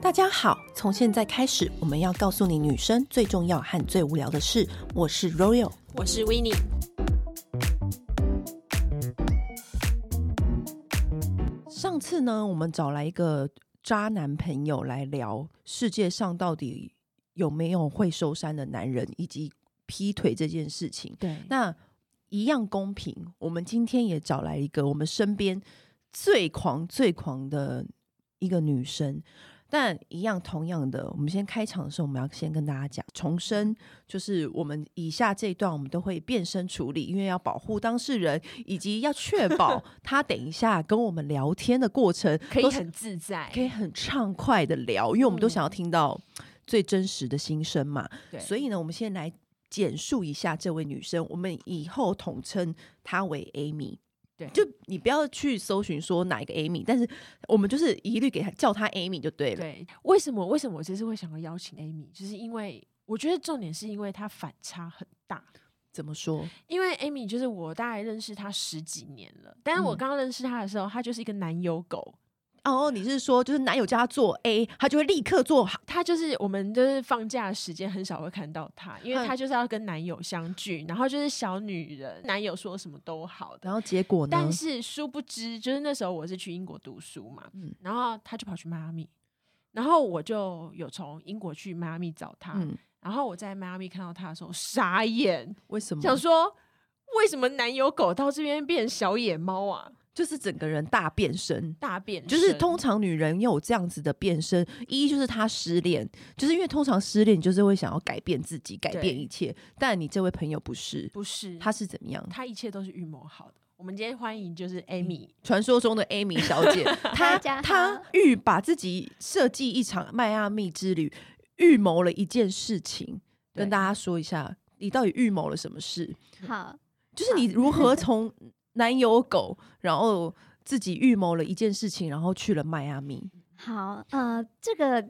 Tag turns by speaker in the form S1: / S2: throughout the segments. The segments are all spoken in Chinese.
S1: 大家好，从现在开始，我们要告诉你女生最重要和最无聊的事。我是 Royal，
S2: 我是
S1: 嗯
S2: w i n n i e
S1: 上次呢，我们找来一个渣男朋友来聊世界上到底有没有会收山的男人，以及劈腿这件事情。
S2: 对
S1: 那一样公平，我们今天也找来一个我们身边最狂最狂的一个女生。但一样同样的，我们先开场的时候，我们要先跟大家讲，重申就是我们以下这一段我们都会变声处理，因为要保护当事人，以及要确 保他等一下跟我们聊天的过程
S2: 可以
S1: 都是
S2: 很自在，
S1: 可以很畅快的聊，因为我们都
S2: 嗯
S1: 想要听到最真实的心声嘛。
S2: 对
S1: 所以呢，我们先来简述一下这位女生，我们以后统称她为 Amy。
S2: 对
S1: 就你不要去搜寻说哪一个 Amy，但是我们就是一律给她叫她 Amy 就对了。
S2: 对。为什么？为什么我这次会想要邀请 Amy？就是因为我觉得重点是因为她反差很大。
S1: 怎么说？
S2: 因为 Amy 就是我大概认识她十几年了，但是
S1: 嗯
S2: 我刚认识她的时候，她就是一个男友狗，
S1: 哦，你是说就是男友叫她做 A，她就会立刻做好。
S2: 她就是我们就是放假的时间很少会看到她，因为
S1: 嗯
S2: 她就是要跟男友相聚，然后就是小女人，男友说什么都好的。
S1: 然后结果呢？
S2: 但是殊不知，就是那时候我是去英国读书嘛，
S1: 嗯
S2: 然后她就跑去迈阿密，然后我就有从英国去迈阿密找她，
S1: 嗯，
S2: 然后我在迈阿密看到她的时候傻眼，
S1: 为什么？
S2: 想说为什么男友狗到这边变小野猫啊？
S1: 就是整个人大变身。
S2: 大变身，
S1: 就是通常女人有这样子的变身，一就是她失恋，就是因为通常失恋你就是会想要改变自己，改
S2: 对
S1: 变一切。但你这位朋友不是，
S2: 不是
S1: 她
S2: 他，
S1: 是怎么样？
S2: 他一切都是预谋好的。我们今天欢迎就是 Amy，
S1: 传说中的 Amy 小 姐，她
S3: 大家好
S1: 她预把自己设计一场迈阿密之旅，预谋了一件事情，
S2: 对
S1: 跟大家说一下，你到底预谋了什么 事？
S3: 好，
S1: 就是你如何从男友狗，然后自己预谋了一件事情，然后去了迈阿密。
S3: 嗯好，呃，这个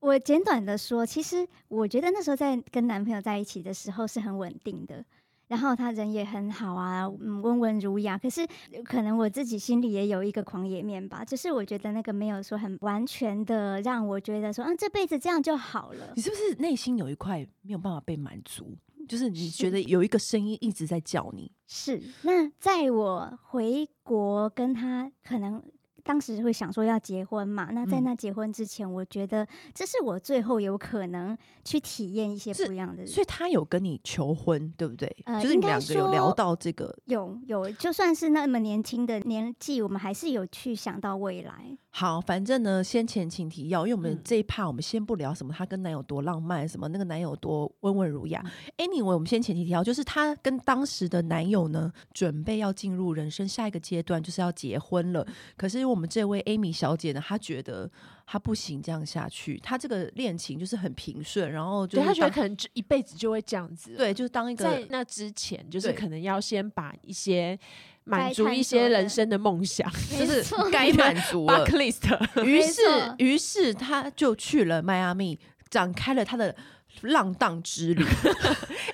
S3: 我简短的说，其实我觉得那时候在跟男朋友在一起的时候是很稳定的，然后他人也很好啊，嗯，温文儒雅。可是呃可能我自己心里也有一个狂野面吧，只是我觉得那个没有说很完全的让我觉得说，嗯，这辈子这样就好了
S1: 你。是不是内心有一块没有办法被满足？就是你觉得有一 个声音一直在叫你，
S3: 是，那在我回国跟他可能。当时会想说要结婚嘛？那在
S1: 嗯
S3: 那结婚之前，我觉得这是我最后有可能去体验一些
S1: 是
S3: 不一样的人
S1: 所以他有跟你求婚，对不对？
S3: 嗯呃
S1: 就是你们
S3: 应该
S1: 两个有
S3: 说
S1: 聊到这个。
S3: 有有，就算是那么年轻的年纪，我们还是有去想到未来。
S1: 好，反正呢，先前情提要，因为我们
S2: 嗯
S1: 这一趴我们先不聊什么她跟男友多浪漫，什么那个男友多温文儒雅。Anyway，我们
S2: 嗯
S1: 先前情提要，就是她跟当时的男友呢，准备要进入人生下一个阶段，就是要结婚了。可是我们这位 Amy 小姐呢，她觉得她不行这样下去，她这个恋情就是很平顺，然后就
S2: 对
S1: 是
S2: 他觉得
S1: 当
S2: 可能就一辈子就会这样子。，
S1: 对，就是当一个
S2: 在那之前，就是
S1: 对
S2: 可能要先把一些满足
S3: 该探
S2: 一些
S3: 索的
S2: 人生的梦想
S1: 就是
S3: 没错
S1: 该满足了
S2: bucket。list。
S1: 于
S3: 没
S1: 是
S3: 错，
S1: 于是他就去了迈阿密，展开了他的浪荡之旅。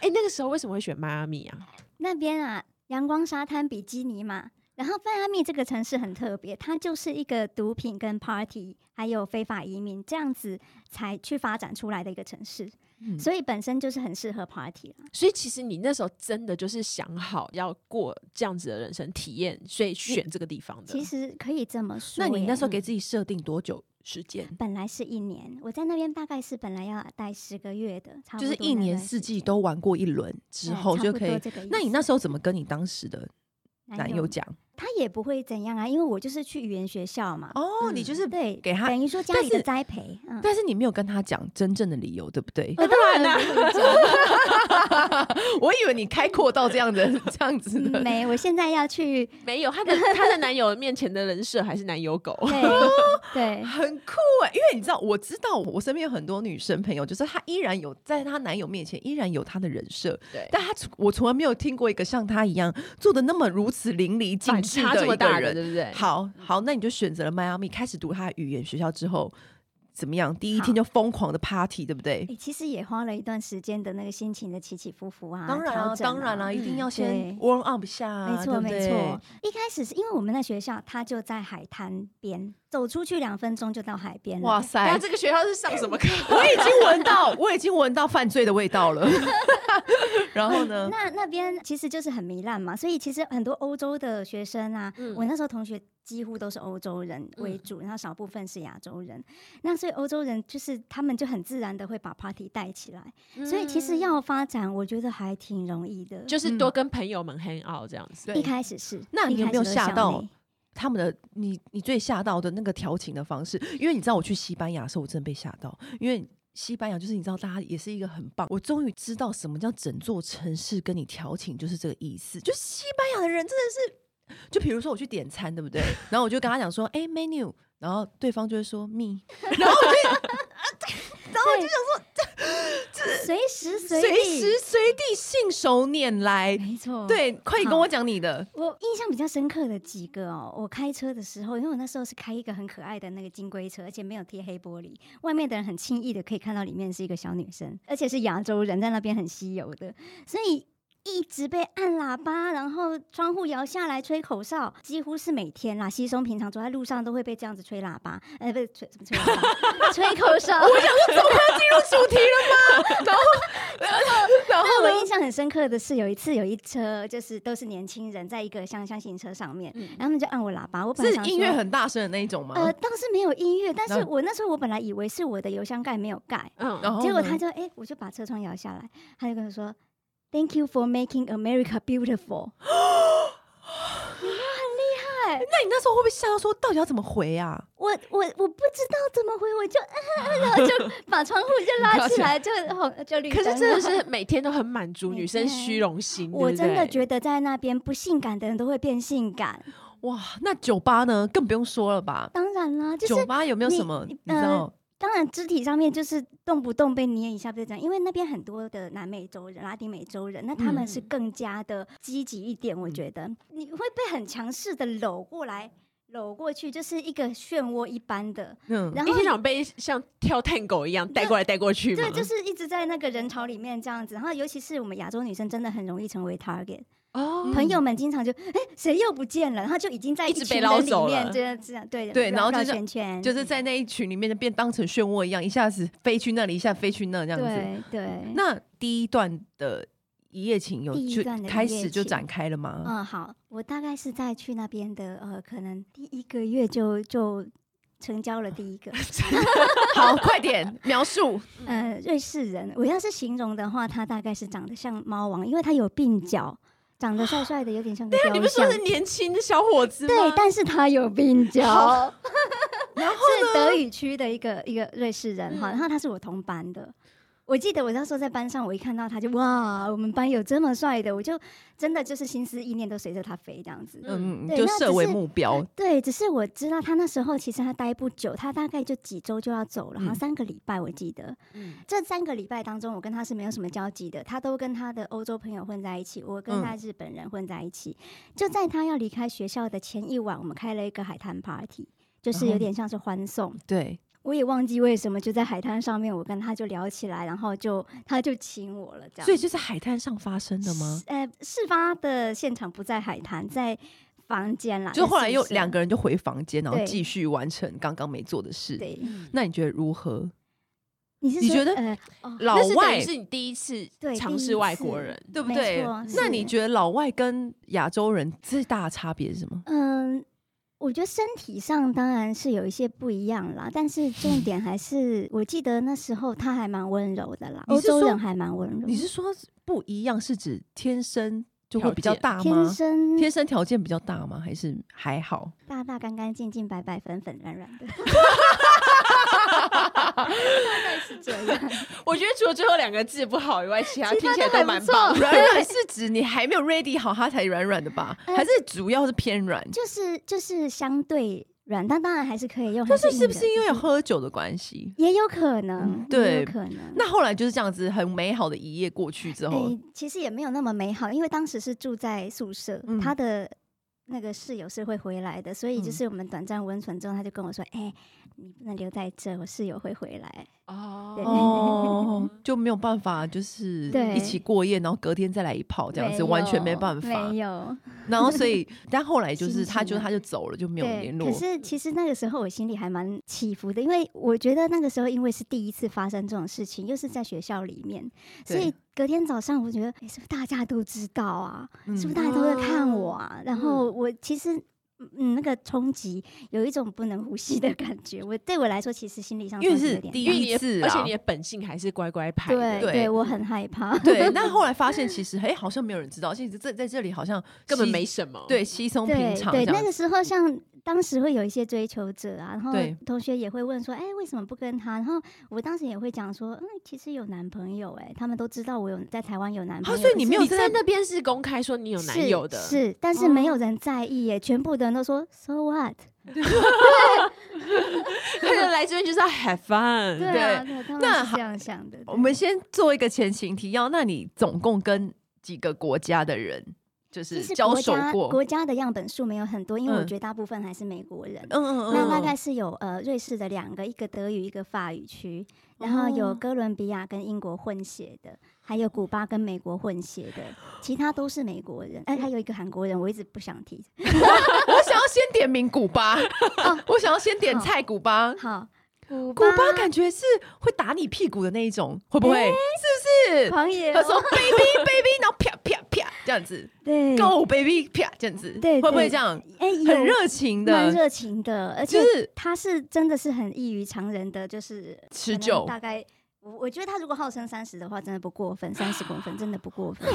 S2: 哎，那个时候为什么会选迈阿密啊？
S3: 那边啊，阳光沙滩比基尼嘛。然后迈阿密这个城市很特别，它就是一个毒品跟 party，还有非法移民这样子才去发展出来的一个城市，
S1: 嗯
S3: 所以本身就是很适合 party 啦。
S2: 所以其实你那时候真的就是想好要过这样子的人生体验，所以选这个地方的。
S3: 其实可以这么说
S1: 那
S3: 耶。
S1: 你那时候
S2: 嗯
S1: 给自己设定多久时间？
S3: 本来是一年，我在那边大概是本来要待十个月的，差不
S1: 就
S3: 多
S1: 是一
S3: 那
S1: 年
S3: 段
S1: 四
S3: 时
S1: 季
S3: 间
S1: 都玩过一轮之
S3: 对
S1: 后
S3: 差
S1: 就
S3: 不
S1: 可
S3: 多
S1: 以。
S3: 这个意
S1: 那你
S3: 思
S1: 那时候怎么跟你当时的男友讲？
S3: 他也不会怎样啊，因为我就是去语言学校嘛。
S1: 哦，
S2: 嗯
S1: 你就是
S3: 对，
S1: 给他
S3: 等于说家
S1: 但
S3: 里的
S1: 是
S3: 栽培，嗯，
S1: 但是你没有跟他讲真正的理由，对不 对？
S3: 我当然不会讲
S1: 我以为你开阔到这样的这样子的
S3: 嗯，没，我现在要去，
S2: 没有，她的她的男友面前的人设还是男友狗。
S3: 对 对
S1: 很酷哎、因为你知道，我知道我身边有很多女生朋友，就是她依然有在她男友面前依然有她的人设，
S2: 对
S1: 但她从我从来没有听过一个像她一样做的那么如此淋漓尽
S2: 反
S1: 致
S2: 差
S1: 的
S2: 这
S1: 一
S2: 么
S1: 个
S2: 大的，
S1: 人。
S3: 嗯
S2: 对不对？
S1: 好好，那你就选择了迈阿密，开始读她的语言学校之后，怎么样？第一天就疯狂的 party，对不对？
S3: 哎诶其实也花了一段时间的那个心情的起起伏伏啊，
S1: 当然
S3: 调
S1: 啊，
S3: 整
S1: 当然啦、一定
S2: 嗯
S1: 要先
S3: 对
S1: warm up 一下啊、
S3: 没错，
S1: 对不
S3: 没
S1: 对
S3: 错。一开始是因为我们在学校，它就在海滩边，走出去两分钟就到海边了。
S1: 哇
S2: 那
S1: 塞！
S2: 啊这个学校是上什么课？
S1: 我已经闻到，我已经闻到犯罪的味道了。 然后呢？
S3: 那那边其实就是很糜烂嘛，所以其实很多欧洲的学生啊，
S2: 嗯
S3: 我那时候同学几乎都是欧洲人
S1: 嗯
S3: 为主，然后少部分是亚洲人。那所以欧洲人就是他们就很自然的会把 party 带起来，
S1: 嗯
S3: 所以其实要嗯发展，我觉得还挺容易的。
S2: 嗯就是多跟朋友们 hang out 这样子。
S1: 对
S3: 一开始是，
S1: 那你有
S3: 一开
S1: 没有
S3: 始都
S1: 吓
S3: 是校
S1: 到
S3: 内
S1: 他们的你你最吓到的那个调情的方式，因为你知道我去西班牙的时候，我真的被吓到，因为西班牙就是你知道大家也是一个很棒，我终于知道什么叫整座城市跟你调情就是这个意思，就西班牙的人真的是，就比如说我去点餐，对不对？ 然后我就跟他讲说，哎、m e n u 然后对方就会说 me，
S3: 随时随
S1: 随
S3: 地，
S1: 时随地信手拈来，
S3: 没错，
S1: 对，快点跟
S3: 好
S1: 我讲你的，
S3: 我印象比较深刻的几个哦，我开车的时候，因为我那时候是开一个很可爱的那个金龟车，而且没有贴黑玻璃，外面的人很轻易的可以看到里面是一个小女生，而且是亚洲人，在那边很稀有的，所以一直被按喇叭，然后窗户摇下来吹口哨，几乎是每天啦。西松平常走在路上都会被这样子吹喇叭，呃，不是吹什么吹喇叭， 吹口哨。
S1: 主题 了吗？然后然后
S3: 那
S1: 呢
S3: 我印象很深刻的是，有一次有一车就是都是年轻人，在一个像像行车上面，
S2: 嗯
S3: 然后他们就按我喇叭，我本来
S1: 是
S3: 想
S1: 音乐
S3: 说
S1: 很大声的那一种吗？
S3: 呃，倒是没有音乐，但
S1: 那哦
S3: 是我那时候我本来以为是我的油箱盖没有盖，
S1: 然
S2: 嗯，
S1: 后
S3: 结果
S1: 呢
S3: 他就哎、我就把车窗摇下来，他就跟我说，Thank you for making America beautiful。
S1: 那你那时候会不会吓到说，到底要怎么回啊？
S3: 我我我不知道怎么回，我就、 啊、然后就把窗户就拉 起来，就红就绿
S2: 可
S3: 灯。
S2: 是真的
S3: 然后
S2: 是每天都很满足女生虚荣心，对
S3: 我
S2: 不对
S3: 真的觉得在那边不性感的人都会变性感，
S1: 哇，那酒吧呢，更不用说了吧？
S3: 当然啦，就是
S1: 酒吧有没有
S3: 你
S1: 什么你知
S3: 呃
S1: 道？
S3: 当然，肢体上面就是动不动被捏一下，被这样，因为那边很多的南美洲人、拉丁美洲人，那他们是更加的积极一点。我觉得你会被很强势的搂过来、搂过去，就是一个漩涡一般的。
S1: 嗯，
S3: 然
S2: 一
S3: 后
S2: 天想被像跳探狗一样带过来带过去嘛
S3: 对，，就是一直在那个人潮里面这样子。然后，尤其是我们亚洲女生，真的很容易成为 target。
S2: 哦
S3: 朋友们经常就哎，谁又不见了？然后就已经在
S2: 一
S3: 一
S2: 直被
S3: 群
S2: 捞
S3: 人
S2: 走
S3: 里面
S2: 了
S3: 这样这样对
S1: 对然后就
S3: 绕绕
S1: 是
S3: 圈圈，
S1: 就是在那一群里面就变当成漩涡一样，一下子飞去那里，一下飞去那这样子。
S3: 对对。
S1: 那第一段的一夜情有
S3: 第一
S1: 就
S3: 段的
S1: 开
S3: 一夜
S1: 始就
S3: 情
S1: 展开了吗？
S3: 嗯，好，我大概是在去那边的呃，可能第一个月就就成交了第一 个
S1: 好，快点描 述。
S2: 嗯
S3: 呃瑞士人。我要是形容的话，他大概是长得像猫王，因为他有鬓角，长得帅帅的，有点像个
S2: 啊你
S3: 雕
S2: 不是说
S3: 像
S2: 是。年轻的小伙子吗？
S3: 对，但是他有鬓角，
S1: 然后
S3: 是德语区的一个一个瑞士人哈，
S2: 嗯
S3: 然后他是我同班的。我记得我那时候在班上，我一看到他就哇，我们班有这么帅的，我就真的就是心思意念都随着他飞这样子。
S1: 嗯，
S3: 对
S1: 就
S3: 那
S1: 设
S3: 只
S1: 为
S3: 是
S1: 目标。
S3: 对，只是我知道他那时候其实他待不久，他大概就几周就要走了，好像
S1: 嗯
S3: 三个礼拜我记得。
S2: 嗯
S3: 这三个礼拜当中，我跟他是没有什么交集的，他都跟他的欧洲朋友混在一起，我跟
S1: 嗯
S3: 他日本人混在一起。就在他要离开学校的前一晚，我们开了一个海滩 party。就是
S1: 然后
S3: 有点像是欢送，
S1: 对，
S3: 我也忘记为什么就在海滩上面，我跟他就聊起来，然后就他就亲我了，这样。
S1: 所以就是海滩上发生的吗？
S3: 呃，事发的现场不在海滩，在房间啦。
S1: 就后来又
S3: 在宿舍
S1: 两个人就回房间，然后
S3: 对
S1: 继续完成刚刚没做的事。
S3: 对，
S1: 那你觉得如何？
S3: 你是
S1: 你
S3: 说
S1: 觉得
S3: 呃哦
S1: 老
S2: 那是等
S1: 外
S2: 于是你第一次
S3: 对
S2: 尝
S3: 第
S2: 试
S3: 一
S2: 外
S3: 次
S2: 国人，
S1: 对不
S3: 没
S1: 对
S3: 错？
S1: 那
S3: 是
S1: 你觉得老外跟亚洲人最大的差别是什么？
S3: 嗯，我觉得身体上当然是有一些不一样啦，但是重点还是，我记得那时候他还蛮温柔的啦，
S1: 你
S3: 欧
S1: 是
S3: 洲
S1: 说
S3: 人还蛮温柔，
S1: 你是说不一样是指天生就会
S2: 条
S1: 比较
S2: 件
S1: 大
S3: 天
S1: 吗？
S3: 生
S1: 天生条件比较大吗？还是还 好？
S3: 大大干干净净、白白粉粉软软 的，大概是这样。
S2: 我觉得除了最后两个字不好以外，其他
S3: 其
S2: 听
S3: 他
S2: 起来
S3: 都还不
S2: 蛮
S3: 错
S2: 棒的。
S1: 软软是指你还没有 ready 好，它才软软的吧？
S3: 呃
S1: 还是主要是偏软？
S3: 就是就是相对软，但当然还是可以用，
S1: 但
S3: 还
S1: 是
S3: 硬
S1: 是不是
S3: 的
S1: 因为
S3: 只
S1: 有喝酒的关系？
S3: 也有可能，也
S1: 对
S3: 有可能。
S1: 那后来就是这样子，很美好的一夜过去之后，
S3: 诶其实也没有那么美好，因为当时是住在宿舍，
S1: 嗯
S3: 他的那个室友是会回来的，所以就
S1: 嗯
S3: 是我们短暂温存之后，他就跟我说：“哎、你不能留在这，我室友会回来。
S2: 哦
S3: 对
S1: 哦，就没有办法，就是
S3: 哎对
S1: 一起过夜，然后隔天再来一炮，”这样子完全没办法
S3: 没。有
S1: 然后所以，但后来就是
S2: 心
S1: 他
S2: 情
S1: 就
S2: 啊
S1: 他就走了，就没有
S3: 对
S1: 联。络
S3: 可。是其实那个时候我心里还蛮起伏的，因为我觉得那个时候因为是第一次发生这种事情，又是在学校里面，所以
S1: 对
S3: 隔天早上我觉得、哎，是不是大家都知道啊？
S1: 嗯
S3: 是不是大家都在看我啊？然后我其实。嗯，那个冲击有一种不能呼吸的感觉。我对我来说，其实心理上
S1: 因为
S3: 冲击
S1: 是
S3: 有点
S1: 第
S3: 大
S2: 因为你
S1: 一次
S2: 的，而
S1: 啊
S2: 且你的本性还是乖乖牌
S3: 对
S2: 的，
S1: 对
S3: 我很害怕。
S1: 对，那后来发 现其实哎，好像没有人知道，其实在在这里好像
S2: 根本
S1: 稀
S2: 没什么。
S1: 对，稀松平
S3: 对
S1: 常这
S3: 对，
S1: 样
S3: 那
S1: 子。
S3: 个时候像当时会有一些追求者啊，然后
S1: 对
S3: 同学也会问说，哎、为什么不跟他？然后我当时也会讲说，嗯，其实有男朋友、哎，他们都知道我有在台湾有男朋友，
S1: 啊所以
S3: 可
S1: 你
S3: 是
S1: 没有
S2: 你
S1: 真
S2: 在
S1: 的
S2: 那边是公开说你有男
S3: 是
S2: 友的，
S3: 是，但是没有
S2: 哦
S3: 人在意、哎，全部的人都说 so what？
S2: 对人来这边就是要 have fun。
S3: 对啊，对，他
S1: 那
S3: 们是
S1: 好
S3: 这样想的。
S1: 我们先做一个前情提要，那你总共跟几个国家的人就是
S3: 其实
S1: 交
S3: 国
S1: 手
S3: 家
S1: 过？
S3: 国家的样本数没有很多，因为我
S1: 嗯
S3: 绝大部分还是美国人。
S1: 嗯嗯
S3: 那大概是有呃瑞士的两个，一个德语，一个法语区，然后有
S1: 哦
S3: 哥伦比亚跟英国混血的，还有古巴跟美国混血的，其他都是美国人。哎、还有一个韩国人，我一直不想 提。
S1: 我想要先点名古巴，我想要先点菜古巴。
S3: 好，哦古
S1: 古巴感觉是会打你屁股的那一种，会不会？是不是？
S3: 狂 野、
S1: 他说
S3: 哦，
S1: baby baby，然后啪啪啪这样子
S3: 对，
S1: ，go baby 啪这样子，
S3: 嗯对
S1: 会不会
S3: 对
S1: 这样？
S3: 哎、有
S1: 很热情
S3: 蛮
S1: 的，
S3: 热情的，而且
S1: 就是
S3: 他是真的是很异于常人的，就是
S1: 持
S3: 可能
S1: 久
S3: 大概。我我觉得他如果号称三十的话，真的不过分，三十公分真的不过分，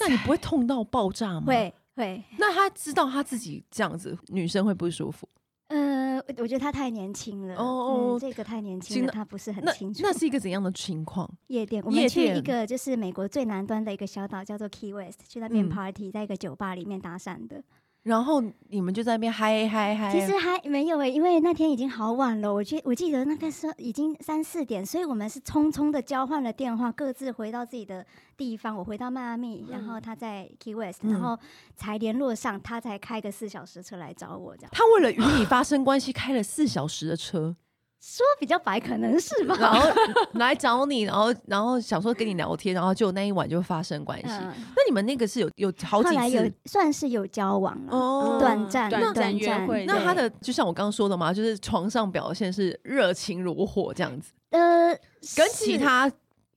S1: 那你不会痛到爆炸吗？。
S3: 会会。
S1: 那他知道他自己这样子，女生会不舒服。
S3: 呃，我我觉得他太年轻了，
S1: 哦哦
S3: 嗯，这个太年
S1: 行
S3: 轻了，
S1: 了
S3: 他不是很
S1: 那
S3: 清楚。
S1: 那是一个怎样的情况？
S3: 夜店，我
S1: 夜
S3: 们去一
S1: 店
S3: 个就是美国最南端的一个小岛，叫做 Key West，去那边
S1: 嗯
S3: party，、在一个酒吧里面搭讪的。
S1: 然后你们就在那边嗨嗨嗨。
S3: 其实还没有诶、欸因为那天已经好晚了，我记我记得那个时候已经三四点，所以我们是匆匆的交换了电话，各自回到自己的地方。我回到迈阿密，然后他在 Key West，、
S1: 嗯
S3: 然后才联络上，他才开个四小时车来找我，这样
S1: 他为了与你发生关系，开了四小时的车，
S3: 说比较白，可能是吧。
S1: 然 后来找你，然后然后想说跟你聊天，然后就那一晚就发生关系。
S3: 嗯
S1: 那你们那个是有有好
S3: 后
S1: 几
S3: 来有
S1: 次
S3: 算是有交往了，
S1: 哦
S3: 短暂
S2: 短暂
S3: 短
S2: 约
S3: 暂
S2: 会
S1: 那
S3: 对
S1: 他的就像我刚刚说的嘛，就是床上表现是热情如火这样子，
S3: 呃
S1: 跟
S3: 是
S1: 其他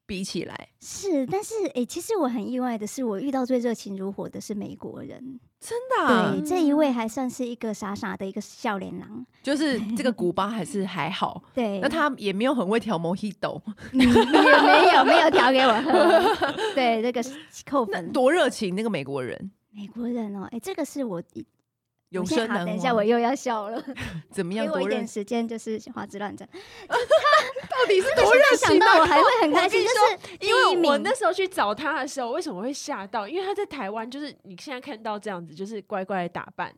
S1: 比起来，
S3: 是，但是诶、其实我很意外的是，我遇到最热情如火的是美国人，
S1: 真的、啊
S3: 对这一位还算是一个傻傻的一个笑脸狼，
S1: 就是这个古巴还是还好，
S3: 对，
S1: 那他也没有很会调 Mojito，
S3: 嗯也没有没有调给我喝，对， 这个是扣
S1: 那
S3: 分。
S1: 多热情那个美国人，
S3: 美国人哦，诶、这个是我一
S1: 永
S3: 我现在
S1: 生
S3: 好
S1: 难忘。
S3: 等一下我又要笑了，
S1: 怎么样
S3: 给我一
S1: 多热
S3: 点时间，就是花枝乱颤。
S1: 到底是
S3: 我
S1: 多
S3: 现
S1: 热
S3: 在想
S1: 情
S3: 到 我
S1: 啊？
S3: 还会很开
S2: 我跟
S3: 心，
S2: 你
S3: 就是第
S2: 因
S3: 一
S2: 为我
S3: 名
S2: 那时候去找他的时候，为什么会吓到？因为他在台湾，就是你现在看到这样子，就是乖乖的打扮。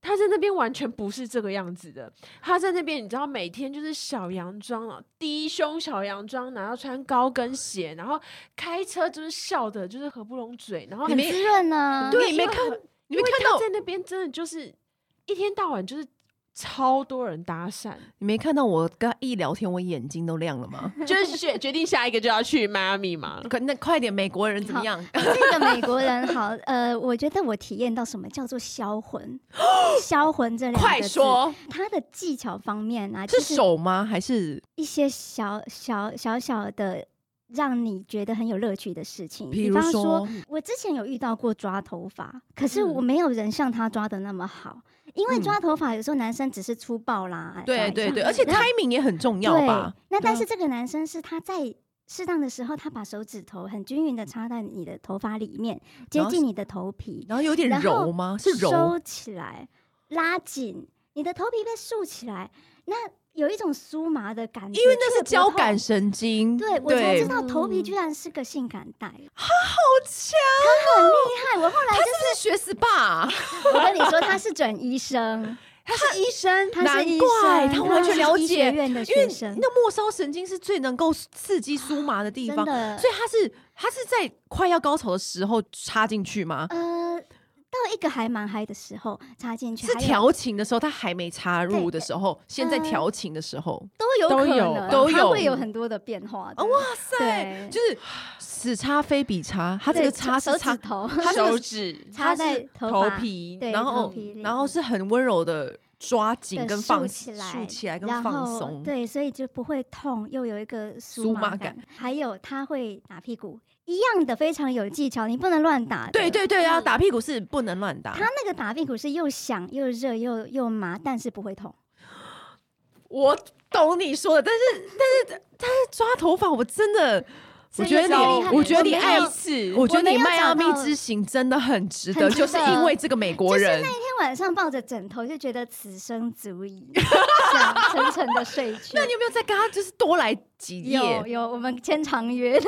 S2: 他在那边完全不是这个样子的，他在那边你知道，每天就是小洋装啊，低胸小洋装，然后穿高跟鞋，然后开车就是笑的，就是合不拢嘴，然后
S1: 你
S3: 很
S1: 没
S3: 滋润啊呢。
S1: 对，
S2: 因
S1: 没
S2: 为
S1: 看，你没
S2: 因为
S1: 看
S2: 他
S1: 到
S2: 在那边真的就是一天到晚就是超多人搭讪，
S1: 你没看到我跟他一聊天，我眼睛都亮了 吗？
S2: 就是决决定下一个就要去迈阿密嘛。
S1: 可那快点，美国人怎么样？
S3: 这个美国人好， 呃，我觉得我体验到什么叫做 销魂，销魂这两个字
S1: 快，说，
S3: 他的技巧方面啊，
S1: 是
S3: 就是
S1: 手吗？还是
S3: 一些小小小小的。让你觉得很有乐趣的事情，
S1: 比
S3: 比
S1: 如
S3: 方
S1: 说
S3: 说，我之前有遇到过抓头发，可是
S2: 嗯
S3: 我没有人像他抓的那么好，因为
S1: 嗯
S3: 抓头发有时候男生只是粗暴啦，抓
S1: 对
S3: 一
S1: 对
S3: 下
S1: 对，而且
S3: 然后
S1: timing 也很重要
S3: 对，
S1: 吧？
S3: 那但
S1: 对啊
S3: 是这个男生是他在适当的时候，他把手指头很均匀的插在你的头发里面，接
S1: 然后
S3: 近你的头皮，
S1: 然后有点
S3: 然后
S1: 柔吗？是柔
S3: 收起来，拉紧，你的头皮被竖起来，那有一种酥麻的感觉，
S1: 因为那
S3: 却
S1: 是
S3: 不
S1: 交
S3: 痛
S1: 感。神经，
S3: 对，我才知道头皮
S2: 嗯
S3: 居然是个性感带，很
S1: 好强！
S3: 厉害。我后
S1: 他
S3: 来
S1: 是不是学 SPA？
S3: 就，我跟你说，他是准医生，
S2: 他是医生，
S3: 他是医
S1: 难怪
S3: 生，
S1: 他完全
S3: 是
S1: 了
S3: 医学
S1: 解
S3: 院的
S1: 因为
S3: 学生，
S1: 那末梢神经是最能够刺激酥麻的地
S3: 真
S1: 方，
S3: 的
S1: 所以他是他是在快要高潮的时候插进去吗？
S3: 呃，到一个还蛮嗨的时候插进去，
S1: 是
S3: 还有
S1: 调情的时候，他还没插入
S3: 对
S1: 的时候，现在
S3: 呃
S1: 调情的时候，
S3: 都有
S2: 都
S3: 可
S2: 有
S3: 能
S1: 都
S3: 它
S1: 有
S3: 会有很多的变化的。
S1: 啊哇塞，
S3: 对
S1: 就是死插非彼插，他
S3: 它
S1: 这个插
S3: 手
S1: 是
S3: 指
S1: 插，
S3: 头
S1: 它这
S2: 手
S1: 个
S2: 指
S3: 插在
S2: 是
S3: 头
S2: 头
S3: 发
S2: 皮，
S3: 对
S1: 然
S3: 头
S1: 后
S3: 皮里
S1: 然后是很温柔的抓紧
S3: 嗯对
S1: 跟放
S3: 竖起来，
S1: 竖起来跟
S3: 然
S1: 放
S3: 后
S1: 松，
S3: 对，所以就不会痛，又有一个
S1: 酥
S3: 酥
S1: 麻
S3: 麻
S1: 感
S3: 还有他会打屁股，一样的非常有技巧，你不能乱打的。
S1: 对对对啊，
S3: 嗯
S1: 打屁股是不能乱打
S3: 他。那个打屁股是又响又热又又麻，但是不会痛。
S1: 我懂你说的，但是但是但是抓头发，我真的，我
S3: 所以
S1: 觉得
S3: 这么
S1: 你
S3: 厉害，
S1: 我觉得你
S3: 我没
S1: 爱
S3: 有
S2: 次
S1: 我觉得
S3: 没
S1: 你
S3: 有
S1: 迈阿
S3: 找
S1: 密
S3: 到
S1: 之行真的很值得，
S3: 很值
S1: 就是因
S3: 得
S1: 为这个美国
S3: 就是
S1: 人。
S3: 那天晚上抱着枕头就觉得此生足矣， 想沉沉的睡去
S1: 那。你有没有再跟他就是多来几页？
S3: 有有，我们签长 约。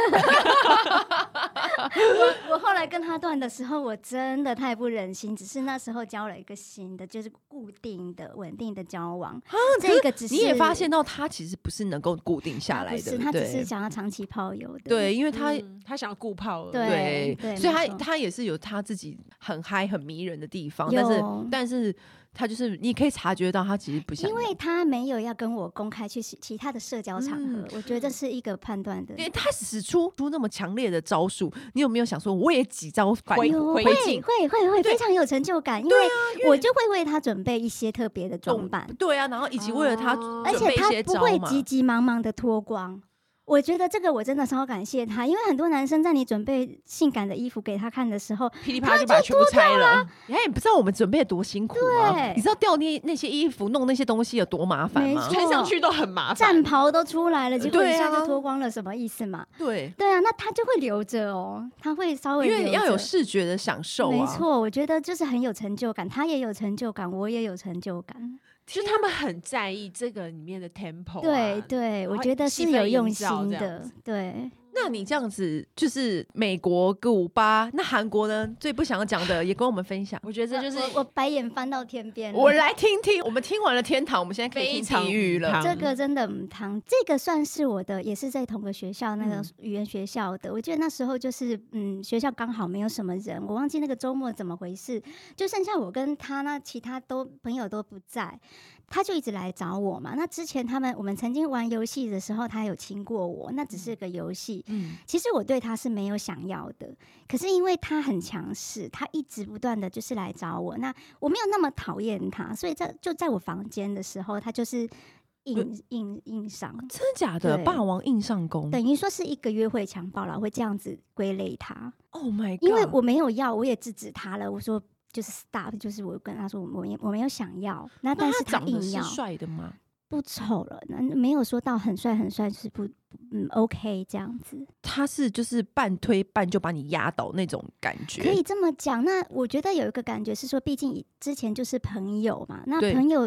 S3: 我我后来跟他断的时候，我真的太不忍心。只是那时候交了一个新的，就是固定的、稳定的交往。
S1: 啊可
S3: 这个只是
S1: 你也发现到他其实不是能够固定下来
S3: 不
S1: 的，
S3: 是他只
S1: 对
S3: 是想要长期泡友的。
S1: 对，因为他
S2: 他他想要顾泡了，
S3: 对
S1: 对，
S3: 对
S1: 所以他
S3: 没错
S1: 他也是有他自己很嗨、很迷人的地方，
S3: 有
S1: 但是但是他就是你可以察觉到他其实不想
S3: 因
S1: 要，
S3: 为他没有要跟我公开去其其他的社交场合，
S1: 嗯
S3: 我觉得这是一个判断的。
S1: 因为他使出出那么强烈的招数，你有没有想说我也几招反
S2: 回
S3: 有
S2: 回
S3: 会
S1: 敬
S3: 会会会
S1: 对啊
S3: 非常有成就感，因为我就会为他准备一些特别的装扮，
S1: 对啊，然后以及为了他
S2: 哦
S3: 而
S1: 准
S3: 且
S1: 备一
S3: 他
S1: 些
S3: 不
S1: 招
S3: 会
S1: 嘛，
S3: 急急忙忙的脱光。我觉得这个我真的超感谢他，因为很多男生在你准备性感的衣服给他看的时候，
S2: 噼里啪啦就把它全部拆了，
S1: 哎，你不知道我们准备得多辛苦吗？
S3: 啊对
S1: 你知道掉那那些衣服、弄那些东西有多麻烦
S3: 没
S1: 吗？
S3: 错
S2: 穿上去都很麻
S3: 战
S2: 烦。
S3: 袍都出来了，结果
S1: 对
S3: 一下
S1: 啊
S3: 就脱光了，什么意思嘛？
S1: 对，
S3: 对啊，那他就会留着哦，他会稍微
S1: 因为
S3: 留
S1: 要
S3: 着
S1: 有视觉的享受啊。
S3: 没错，我觉得就是很有成就感，他也有成就感，我也有成就感。
S2: 就他们很在意这个里面的 tempo，啊
S3: 对对，我
S2: 后
S3: 觉得
S2: 气
S3: 是
S2: 氛
S3: 有
S2: 营
S3: 用
S2: 造
S3: 心
S2: 这样
S3: 的
S2: 子。，
S3: 对，
S1: 那你这样子就是美国古巴，那韩国呢？最不想要讲的也跟我们分享
S2: 我觉得这就是
S3: 我我白眼翻到天边了。
S1: 我来听听。我们听完了天堂，我们现在可以
S2: 非
S1: 听
S2: 常
S1: 地狱了。
S2: 堂
S3: 这个真的母汤，这个算是我的，也是在同个学校那个
S1: 嗯
S3: 语言学校的。我记得那时候就是，嗯，学校刚好没有什么人，我忘记那个周末怎么回事，就剩下我跟他那其他都朋友都不在，他就一直来找我嘛。那之前他们我们曾经玩游戏的时候，他有亲过我，那只是个游戏。
S1: 嗯，
S3: 其实我对他是没有想要的，可是因为他很强势，他一直不断的就是来找我，那我没有那么讨厌他，所以在就在我房间的时候，他就是
S1: 嗯
S3: 硬硬硬上，
S1: 真的假的？
S3: 对
S1: 霸王硬上弓
S3: 等于说是一个约会强暴了，我会这样子归类他，
S1: ？Oh my god！
S3: 因为我没有要，我也制止他了，我说。就是 stop，就是我跟他说我没我没有想要，那但
S1: 那
S3: 是
S1: 他长得
S3: 硬
S1: 是
S3: 要，
S1: 帅的吗？
S3: 不丑了，那没有说到很帅很帅，就是不嗯 OK 这样子。
S1: 他是就是半推半就把你压倒那种感
S3: 可
S1: 觉
S3: 以，这么讲。那我觉得有一个感觉是说，毕竟以之前就是朋友嘛，那
S1: 对
S3: 朋友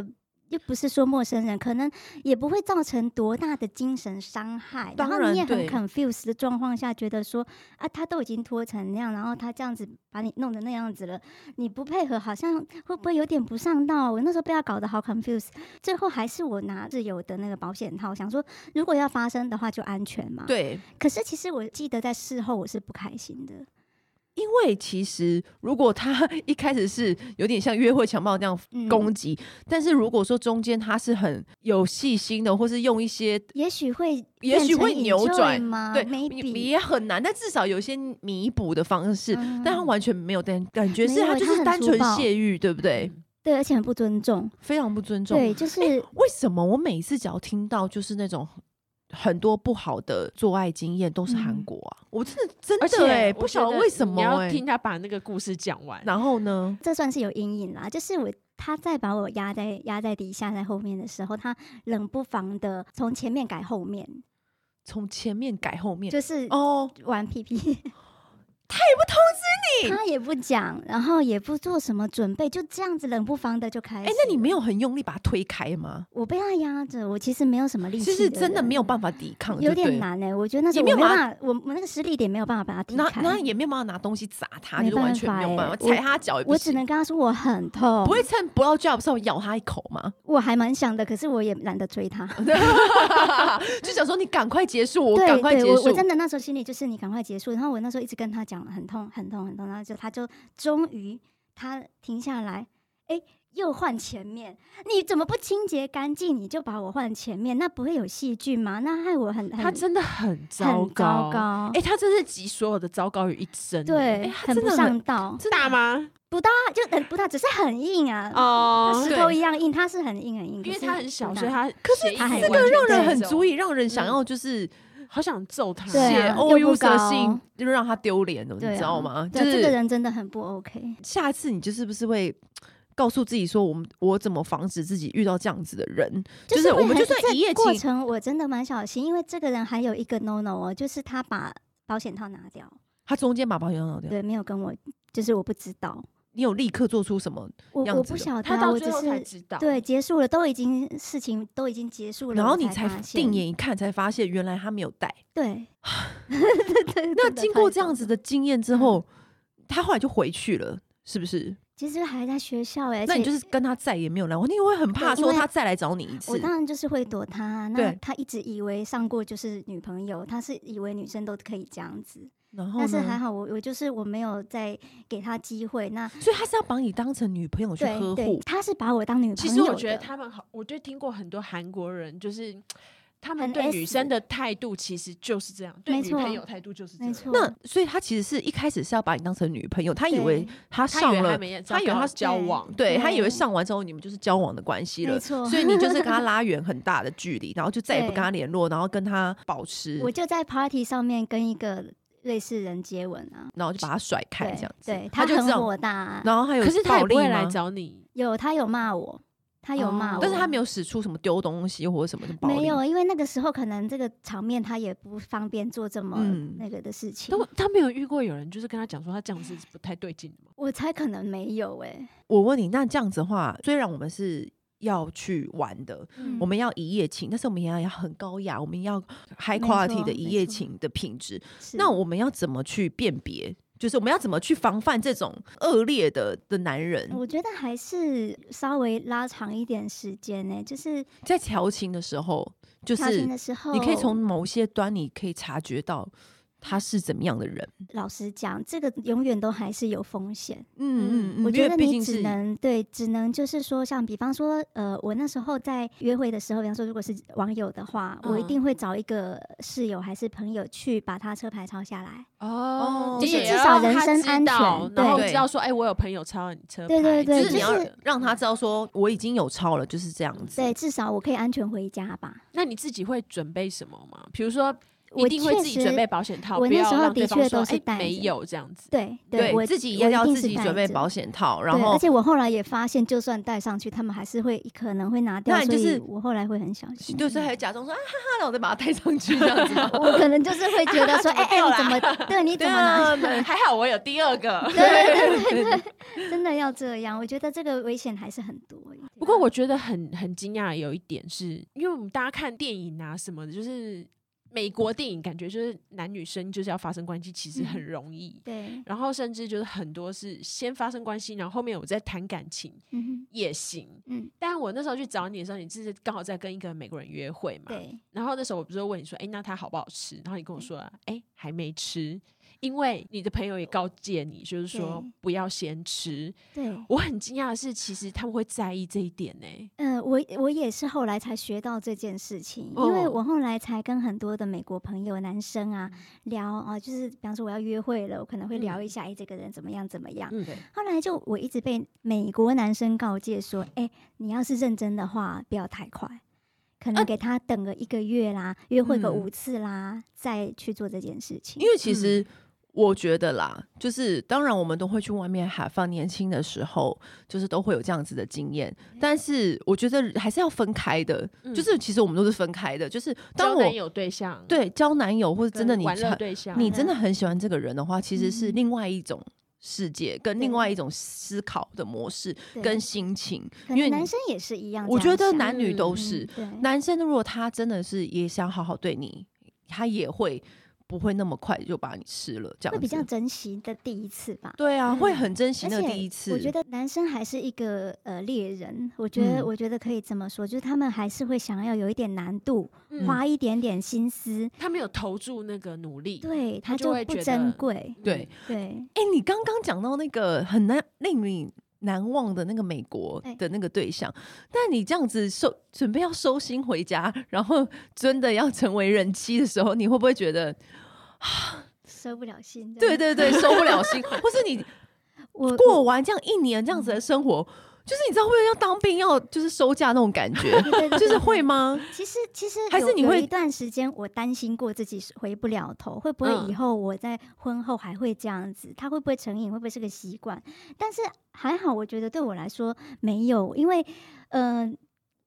S3: 又不是说陌生人，可能也不会造成多大的精神伤害。
S1: 当
S3: 然
S1: 然
S3: 后你也很
S1: 对
S3: confused 的状况下，觉得说啊，他都已经拖成那样，然后他这样子把你弄得那样子了，你不配合，好像会不会有点不上道？我那时候被他搞得好 confused。最后还是我拿自由的那个保险套，想说如果要发生的话就安全嘛。。
S1: 对。
S3: 可是其实我记得在事后我是不开心的。
S1: 因为其实，如果他一开始是有点像约会强暴那样
S3: 嗯
S1: 攻击，但是如果说中间他是很有细心的，或是用一些
S3: 也许会，
S1: 也许会扭转
S3: 吗？
S1: 对，
S3: 没
S1: 你你
S3: 比，
S1: 也很难，但至少有一些弥补的方式。
S3: 嗯
S1: 但他完全没有感感觉，
S3: 没
S1: 是
S3: 有
S1: 他就
S3: 他
S1: 是
S3: 很
S1: 单
S3: 粗
S1: 纯
S3: 暴
S1: 泄欲，对不对？
S3: 对，而且很不尊重，
S1: 非常不尊重。哎
S3: 对，就是
S1: 为什么我每次只要听到就是那种很多不好的做爱经验都是韩
S3: 嗯
S1: 国啊？我真的真
S2: 而且
S1: 的哎、
S2: 我
S1: 不
S2: 觉
S1: 晓得
S2: 得
S1: 为什么
S2: 你
S1: 哎、
S2: 要听他把那个故事讲完，
S1: 然后呢？
S3: 这算是有阴影啦。就是我他在把我压在压在底下，在后面的时候，他冷不防的从前面改后面，
S1: 从前面改后面
S3: 就是
S1: 哦，
S3: 玩屁屁，
S1: 他也不通知你
S3: 他也不讲，然后也不做什么准备，就这样子冷不防的就开
S1: 哎、
S3: 始。
S1: 那你没有？很用力把它推开吗？
S3: 我被他压着，我其实没有什么力气，
S1: 其实真的没
S3: 有。
S1: 有办法抵抗，
S3: 有
S1: 就对
S3: 点。难哎、我觉得那时候
S1: 也
S3: 我
S1: 没
S3: 没
S1: 有
S3: 有办法，我我那个实力点没有办法把他踢
S1: 拿
S3: 开，
S1: 拿也没有办法拿东西砸他，就
S3: 没
S1: 是完
S3: 办
S1: 全
S3: 法
S1: 没有办法
S3: 哎
S1: 踩他
S2: 呃
S1: 脚也不
S3: 我只
S1: 行。
S3: 能跟他说我很痛，
S1: 不会趁 blow job 的时候咬他一口 吗？
S3: 我还蛮想的，可是我也懒得追他。
S1: 就想说你赶快结束，我
S3: 对
S1: 赶快
S3: 对，
S1: 结
S3: 我
S1: 束
S3: 我。真的那时候心里就是你赶快结束。然后我那时候一直跟他讲很痛很痛很痛，然后就他就终于他停下来，哎，又换前面，你怎么不清洁干净，你就把我换前面，那不会有细菌吗？那害我很很
S2: 他真的很糟
S3: 很
S2: 糕，
S3: 糟糕，
S2: 哎、他真是集所有的糟糕于一身，
S3: 对，
S2: 哎他
S3: 很
S2: 真
S3: 不
S2: 的
S3: 上道，
S2: 真大吗？
S3: 啊，就很不大，只是很硬啊，它
S2: 哦
S3: 石头一样硬，它是很硬很硬，
S2: 因为
S3: 可是
S2: 他很小，
S3: 不大
S2: 所以他
S1: 可
S2: 是
S3: 他很
S1: 这
S3: 完
S1: 个
S3: 全
S1: 让人
S3: 对
S1: 很足以让人想
S2: 嗯
S1: 要就是
S2: 好想揍他，
S3: 对
S1: 写
S3: 啊
S1: O
S3: 又
S1: U
S3: 不
S1: 色
S3: 高
S1: 信，就让他丢脸了，你
S3: 对啊
S1: 知道吗？就
S3: 对这个
S1: 是
S3: 人真的很不 OK，
S1: 下次你就是不是会告诉自己说，我们我怎么防止自己遇到这样子的人？就是
S3: 会
S1: 我们就
S3: 很
S1: 算
S3: 这
S1: 一夜
S3: 过
S1: 情
S3: 程我真的蛮小心，因为这个人还有一个 no no 哦，就是他把保险套拿掉，
S1: 他中间把保险套拿掉，
S3: 对，没有跟我，就是我不知道，也
S1: 你有立刻做出什么？
S3: 我
S1: 样
S3: 我
S1: 子
S3: 不
S1: 的
S3: 晓得
S2: 他
S3: 啊，
S2: 到
S3: 我
S2: 最
S3: 只
S2: 后才
S3: 是
S2: 知道，
S3: 对，结束了，都已经事情都已经结束了，
S1: 啊然后
S3: 我
S1: 你
S3: 才
S1: 才
S3: 发现
S1: 定眼一看，才发现原来他没有带。
S3: 对。
S1: 那
S3: 那
S1: 经过这样子，的经验之后，
S3: 嗯
S1: 他后来就回去了，是不是？
S3: 其实还在学校哎、而
S1: 那你
S3: 且
S1: 就是跟他再也没有来往，你也会很怕
S3: 对因
S1: 说
S3: 为
S1: 他再来找你一次
S3: 我。当然就是会躲他啊。那
S1: 对
S3: 他一直以为上过就是女朋友，他是以为女生都可以这样子，
S1: 然后
S3: 但是还
S1: 呢？
S3: 好我我就是我没有再给他机会。那
S1: 所以他是要把你当成女朋友去
S3: 对
S1: 呵
S3: 对
S1: 护，，
S3: 他是把我当女朋
S2: 其
S3: 友
S2: 实我觉得
S3: 的
S2: 他们好，我就听过很多韩国人，就是他们
S3: 很
S2: 对
S3: S
S2: 女生的态度其实就是这样，对
S3: 没
S2: 女朋
S3: 错
S2: 友态度就是这
S3: 没
S2: 样。
S3: 错，
S1: 那所以他其实是一开始是要把你当成女朋友，他以为
S3: 对
S1: 他
S2: 他以
S1: 上
S2: 为
S1: 了
S2: 他，们
S1: 他以为他是
S2: 交往，
S1: 对他以为
S3: 对
S1: 上完之后你们就是交往的关系了
S3: 没，错，
S1: 所以你就是跟他拉远很大的距离，然后就再也不
S3: 对
S1: 跟他联络，然后跟他保持，
S3: 我就在 party 上面跟一个瑞士人接吻啊，
S1: 然后就把他甩开
S3: 对
S1: 这样子，
S3: 对
S1: 他就这
S3: 很
S1: 样，
S3: 火大啊、
S1: 然后还有
S2: 可是他也
S1: 暴
S2: 不
S1: 力
S2: 会来
S1: 吗
S2: 找你，
S3: 有他有骂我，他有骂
S2: 哦
S3: 我，
S1: 但是他没有使出什么丢东西或者什么的暴力，
S3: 没有，因为那个时候可能这个场面他也不方便做这么
S1: 嗯
S3: 那个的事情，
S2: 都他没有遇过有人就是跟他讲说他这样是不太对劲的吗？
S3: 我猜可能没有哎、
S1: 我问你，那这样子的话，虽然我们是要去玩的，
S3: 嗯
S1: 我们要一夜情，但是我们也要要很高雅，我们要 high
S3: 没错
S1: quality 的一
S3: 没
S1: 夜
S3: 错
S1: 情的品质。
S3: 是
S1: 那我们要怎么去辨别？就是我们要怎么去防范这种恶劣的的男人？
S3: 我觉得还是稍微拉长一点时间呢、就是
S1: 在调情的时候，就
S3: 调
S1: 是
S3: 情的时候，
S1: 你可以从某些端，你可以察觉到他是怎么样的人。
S3: 老实讲，这个永远都还是有风险。
S1: 嗯嗯嗯，
S3: 我觉
S1: 因
S3: 得
S1: 为毕
S3: 你
S1: 竟
S3: 只
S1: 是
S3: 能对，只能就是说，像比方说，呃，我那时候在约会的时候，比方说，如果是网友的话，我一
S2: 嗯
S3: 定会找一个室友还是朋友去把他车牌抄下来。
S1: 哦
S2: 就
S1: 就是
S2: 是
S1: 至
S2: 要
S3: 少
S2: 让
S3: 人
S2: 他
S3: 身
S2: 知
S3: 安全
S2: 道然后
S1: 对
S2: 知道说，哎，我有朋友抄了你车牌，
S3: 对对对
S1: 就
S2: 之
S1: 是你
S3: 就
S1: 要
S2: 类的
S1: 让他知道说我已经有超了，就是这样子。
S3: 对，至少我可以安全回家吧。
S2: 那你自己会准备什么吗？比如说，一
S3: 我
S2: 定会
S3: 确
S2: 自己准
S3: 实
S2: 备保险套，
S3: 我
S2: 不
S3: 那
S2: 要
S3: 时候
S2: 让
S3: 的
S2: 对方
S3: 确
S2: 说
S3: 都是
S2: 哎
S3: 带
S2: 没
S3: 着
S2: 有这样子。
S3: 对
S1: 对
S3: 我
S1: 自己
S3: 我
S1: 要
S3: 一
S1: 要
S3: 定
S1: 自
S3: 是
S1: 己
S3: 带
S1: 准备
S3: 着
S1: 保险套，然
S3: 对，
S1: 后
S3: 而且我后来也发现，就算带上去，他们还是会可能会拿掉，
S1: 那你就
S3: 所以
S1: 是
S3: 我后来会很小心。
S1: 就是还假装说啊哈哈，然后再把它戴上去这样子吗。
S3: 我可能就是会 觉得说，
S2: 怎么
S3: 哎哎、
S2: 掉啦
S3: 你怎么对 你
S1: 对
S3: 怎么拿？
S1: 啊，对
S2: 还好我有第二个。
S3: 对对对对对，真的要这样，我觉得这个危险还是很多耶。
S2: 不过我觉得很很惊讶，有一点是因为我们大家看电影啊什么的，就是美国电影感觉就是男女生就是要发生关系，其实很
S3: 嗯
S2: 容易。
S3: 对，
S2: 然后甚至就是很多是先发生关系，然后后面我再谈感情
S3: 嗯
S2: 也行。
S3: 哼嗯，
S2: 但我那时候去找你的时候，你是刚好在跟一个美国人约会嘛？
S3: 对，嗯
S2: 然后那时候我不是问你说，哎、那它好不好吃？然后你跟我说，哎、还没吃，因为你的朋友也告诫你，就是说
S3: 对
S2: 不要先吃。
S3: 对，
S2: 我很惊讶的是，其实他们会在意这一点呢、
S3: 嗯、我我也是后来才学到这件事情，因为
S2: 哦
S3: 我后来才跟很多的美国朋友男生啊聊啊，就是比方说我要约会了，我可能会聊一下，哎、这个人怎么样怎么样。
S2: 嗯，
S3: 后来就我一直被美国男生告诫说，哎、你要是认真的话，不要太快，可能
S1: 啊
S3: 给他等个一个月啦，约会个
S1: 嗯
S3: 五次啦，再去做这件事情。
S1: 因为其实我觉得啦，就是当然我们都会去外面喊放，年轻的时候就是都会有这样子的经验，但是我觉得还是要分开的，
S2: 嗯
S1: 就是其实我们都是分开的，就是当
S2: 交
S1: 我
S2: 男友对象，
S1: 对交男友或者真的
S2: 跟
S1: 你
S2: 玩乐
S1: 很
S2: 对象，
S1: 你真的很喜欢这个人的话，其实是
S3: 啊嗯
S1: 另外一种。世界跟另
S3: 对
S1: 外一种思考的模式
S3: 对
S1: 跟心情，
S3: 可
S1: 因为
S3: 能男
S1: 你
S3: 生也是一样这样想，
S1: 我觉得男女
S2: 嗯
S1: 都
S3: 嗯
S1: 是，
S3: 对
S1: 男生如果他真的是也想好好对你，他也会不会那么快就把你吃了，这样
S3: 会比
S1: 子
S3: 较珍惜的第一次吧。
S1: 对啊，会
S3: 嗯
S1: 很珍惜
S3: 而
S1: 那
S3: 且
S1: 个第一次。
S3: 我觉得男生还是一个呃猎人，我觉得、
S1: 嗯
S3: 我觉得可以这么说，就是他们还是会想要有一点难度，
S2: 嗯
S3: 花一点点心思，
S2: 他没有投注那个努力，
S3: 对
S2: 他
S3: 他
S2: 就
S3: 就
S2: 会
S3: 不
S2: 觉得
S3: 珍贵。
S2: 嗯
S1: 对，
S3: 对，
S1: 哎、你刚刚讲到那个很难令你难忘的那个美国
S3: 对
S1: 的那个对象，但你这样子收准备要收心回家，然后真的要成为人妻的时候，你会不会觉得
S3: 收不了心。
S1: 对，对 对收不了心，或是你
S3: 我，
S1: 过完这样一年这样子的生活，就是你知道为了要当兵要就是收假那种感觉
S3: 对对
S1: 就是
S3: 对
S1: 会吗？
S3: 其实其实
S1: 还是
S3: 有
S1: 你
S3: 有
S1: 会
S3: 一段时间，我担心过自己是回不了头，会不会
S2: 嗯
S3: 以后我在婚后还会这样子？他会不会成瘾？会不会是个习惯？但是还好，我觉得对我来说没有，因为呃，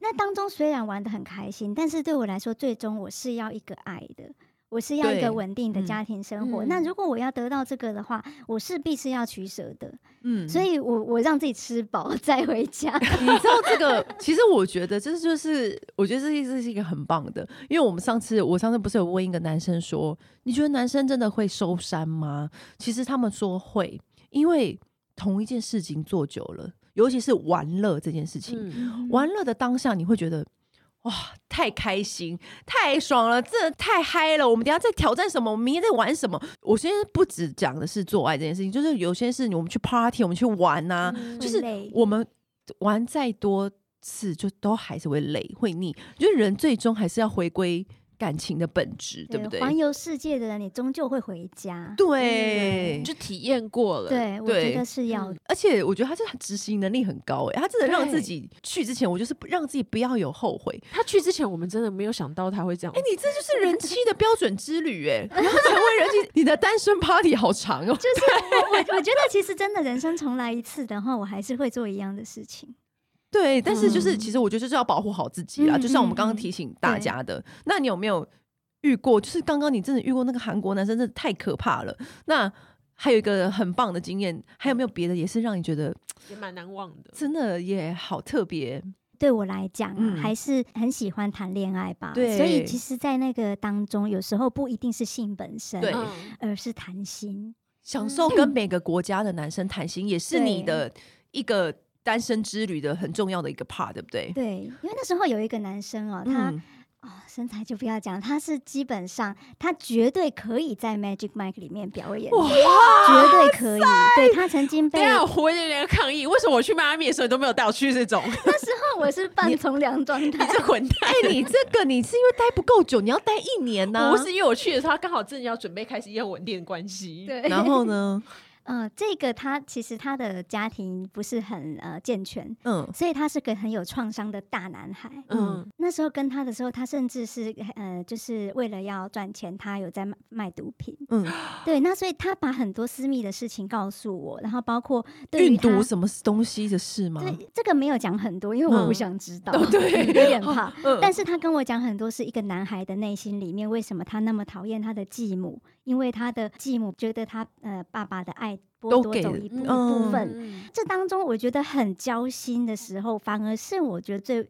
S3: 那当中虽然玩的很开心，但是对我来说，最终我是要一个爱的。我是要一
S1: 对
S3: 个稳定的
S1: 嗯
S3: 家庭生活。那
S2: 嗯
S3: 如果我要得到这个的话，我势必是要取舍的。
S1: 嗯，
S3: 所以我我让自己吃饱 再 回家。
S1: 你知道这个，其实我觉得这就是，我觉得这一这是一个很棒的，因为我们上次我上次不是有问一个男生说，你觉得男生真的会收山吗？其实他们说会，因为同一件事情做久了，尤其是玩乐这件事情，
S2: 嗯，
S1: 玩乐的当下你会觉得。哇，太开心，太爽了，真的太嗨了！我们等一下在挑战什么？我们明天在玩什么？我现在不只讲的是做爱这件事情，就是有些事情我们去 party，我们去玩啊呐、
S2: 嗯
S1: 就
S3: 会
S1: 是
S3: 累
S1: 我们玩再多次，就都还是会累、会腻。就是人最终还是要回归感情的本质，对不对？
S3: 环游世界的人，你终究会回家。
S1: 对，
S2: 就体验过了，
S3: 对，我
S1: 对
S3: 觉得是要
S2: 嗯
S1: 而且我觉得他真的执行能力很高诶、他真的让自己去之前，我就是不让自己不要有后悔。
S2: 他去之前，我们真的没有想到他会这样
S1: 哎、。你这就是人妻的标准之旅 诶、你要成为人妻，你的单身 party 好长哦、
S3: 就是我我我觉得其实真的人生重来一次的话，我还是会做一样的事情。
S1: 对，但是就是
S2: 嗯
S1: 其实我觉得就是要保护好自己啦，
S3: 嗯
S1: 就像我们刚刚
S3: 嗯
S1: 提醒大家的。那你有没有遇过？就是刚刚你真的遇过那个韩国男生，真的太可怕了。那还有一个很棒的经验，还有没有别的也是让你觉得
S2: 也蛮难忘的。
S1: 真的也好特别？
S3: 对我来讲、啊，
S1: 嗯
S3: 还是很喜欢谈恋爱吧。
S1: 对
S3: 所以其实，在那个当中，有时候不一定是性本身，啊
S1: 对
S2: 嗯
S3: 而是谈心。
S1: 享受
S3: 嗯
S1: 跟每个国家的男生谈心，也是你的一个单身之旅的很重要的一个 part，对不对？
S3: 对，因为那时候有一个男生哦，他、
S1: 嗯，
S3: 哦身材就不要讲，他是基本上他绝对可以在 Magic Mike 里面表演的，
S2: 哇
S3: 绝对可以。对他曾经被
S2: 对啊，我有点抗议，为什么我去迈阿密的时候你都没有带我去这种？
S3: 那时候 我是半从良状态
S2: 你，这混蛋！
S1: 哎、你这个你是因为待不够久，你要待一年呢、
S2: 不是因为我去的时候，他刚好正要准备开始要稳定的关系。
S3: 对，
S1: 然后呢？
S3: 嗯，这个他其实他的家庭不是很呃健全，
S1: 嗯，
S3: 所以他是个很有创伤的大男孩。
S2: 嗯，
S3: 那时候跟他的时候，他甚至是呃，就是为了要赚钱，他有在卖卖毒品。
S1: 嗯，
S3: 对，那所以他把很多私密的事情告诉我，然后包括 对于
S1: 运
S3: 他
S1: 毒什么东西的事吗？
S3: 对这个没有讲很多，因为我
S1: 嗯
S3: 不 想知道，
S1: 哦对
S3: 有点怕。
S1: 嗯
S3: 但是他跟我讲很多是一个男孩的内心里面，为什么他那么讨厌他的继母？因为他的继母觉得他呃爸爸的爱剥
S1: 都
S3: 夺
S1: 给
S3: 走
S1: 了
S3: 一部、
S2: 嗯
S3: 一部分。
S2: 嗯
S3: 这当中我觉得很交心的时候，反而是我觉得最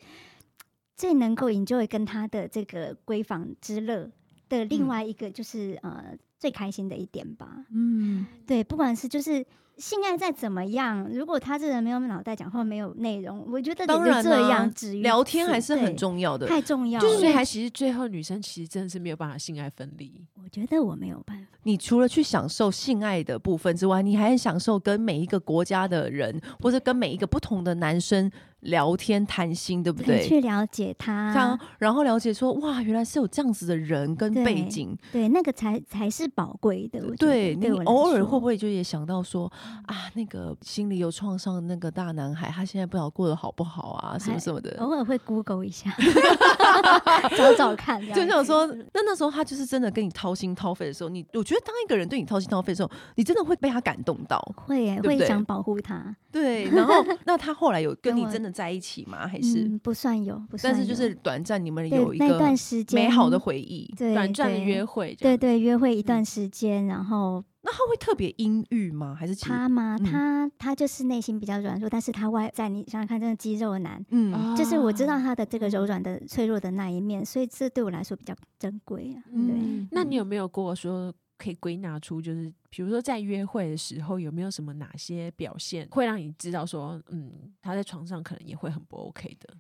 S3: 最能够 enjoy 跟他的这个闺房之乐的另外一个就是、呃最开心的一点吧。
S1: 嗯，
S3: 对，不管是就是。性爱再怎么样，如果他这人没有脑袋讲话，没有内容，我觉得也
S1: 当然
S3: 就这
S1: 啦
S3: 样。止于
S1: 聊天还是
S3: 此
S1: 很
S3: 对
S1: 重要的。
S3: 太重要了。
S2: 就是所以还其实最后女生其实真的是没有办法性爱分离。
S3: 我觉得我没有办法，
S1: 你除了去享受性爱的部分之外，你还很享受跟每一个国家的人，或者跟每一个不同的男生聊天谈心，对不
S3: 可以
S1: 对？
S3: 去了解他，
S1: 像然后了解说，哇，原来是有这样子的人跟
S3: 对
S1: 背景。
S3: 对那个才才是宝贵的。我觉
S1: 对
S3: 得
S1: 你
S3: 对我来
S1: 偶尔
S3: 说
S1: 会不会就也想到说啊，那个心里有创伤的那个大男孩，他现在不知道过得好不好啊，什么
S3: 还
S1: 什么的。
S3: 偶尔会 Google 一下，找找看这样子，
S1: 就想说，那那时候他就是真的跟你掏心掏肺的时候，你我觉得当一个人对你掏心掏肺的时候，你真的会被他感动到。
S3: 会耶
S1: 对不
S3: 会
S1: 对
S3: 想保护他，
S1: 对，然后那他后来有跟
S3: 跟
S1: 你
S3: 我
S1: 真的在一起吗？还是？
S3: 嗯，不算有，不算
S1: 但
S3: 有，
S1: 是就是短暂，你们
S3: 对
S1: 有一
S3: 那
S1: 个
S3: 段时间
S1: 美好的回忆。
S3: 对
S2: 短暂的
S3: 对
S2: 约会，
S3: 对对约会一
S2: 嗯
S3: 段时间，然后
S1: 那他会特别阴郁吗？还是其实
S3: 他嘛，
S1: 嗯
S3: 他他就是内心比较软弱，但是他外在你想想看，真的肌肉男，
S1: 嗯、
S3: 就是我知道
S2: 啊，
S3: 他的这个柔软的、脆弱的那一面，所以这对我来说比较珍贵啊。对，
S1: 嗯
S2: 那你有没有过说可以归纳出，就是比如说在约会的时候，有没有什么哪些表现会让你知道说，嗯，他在床上可能也会很不 OK 的？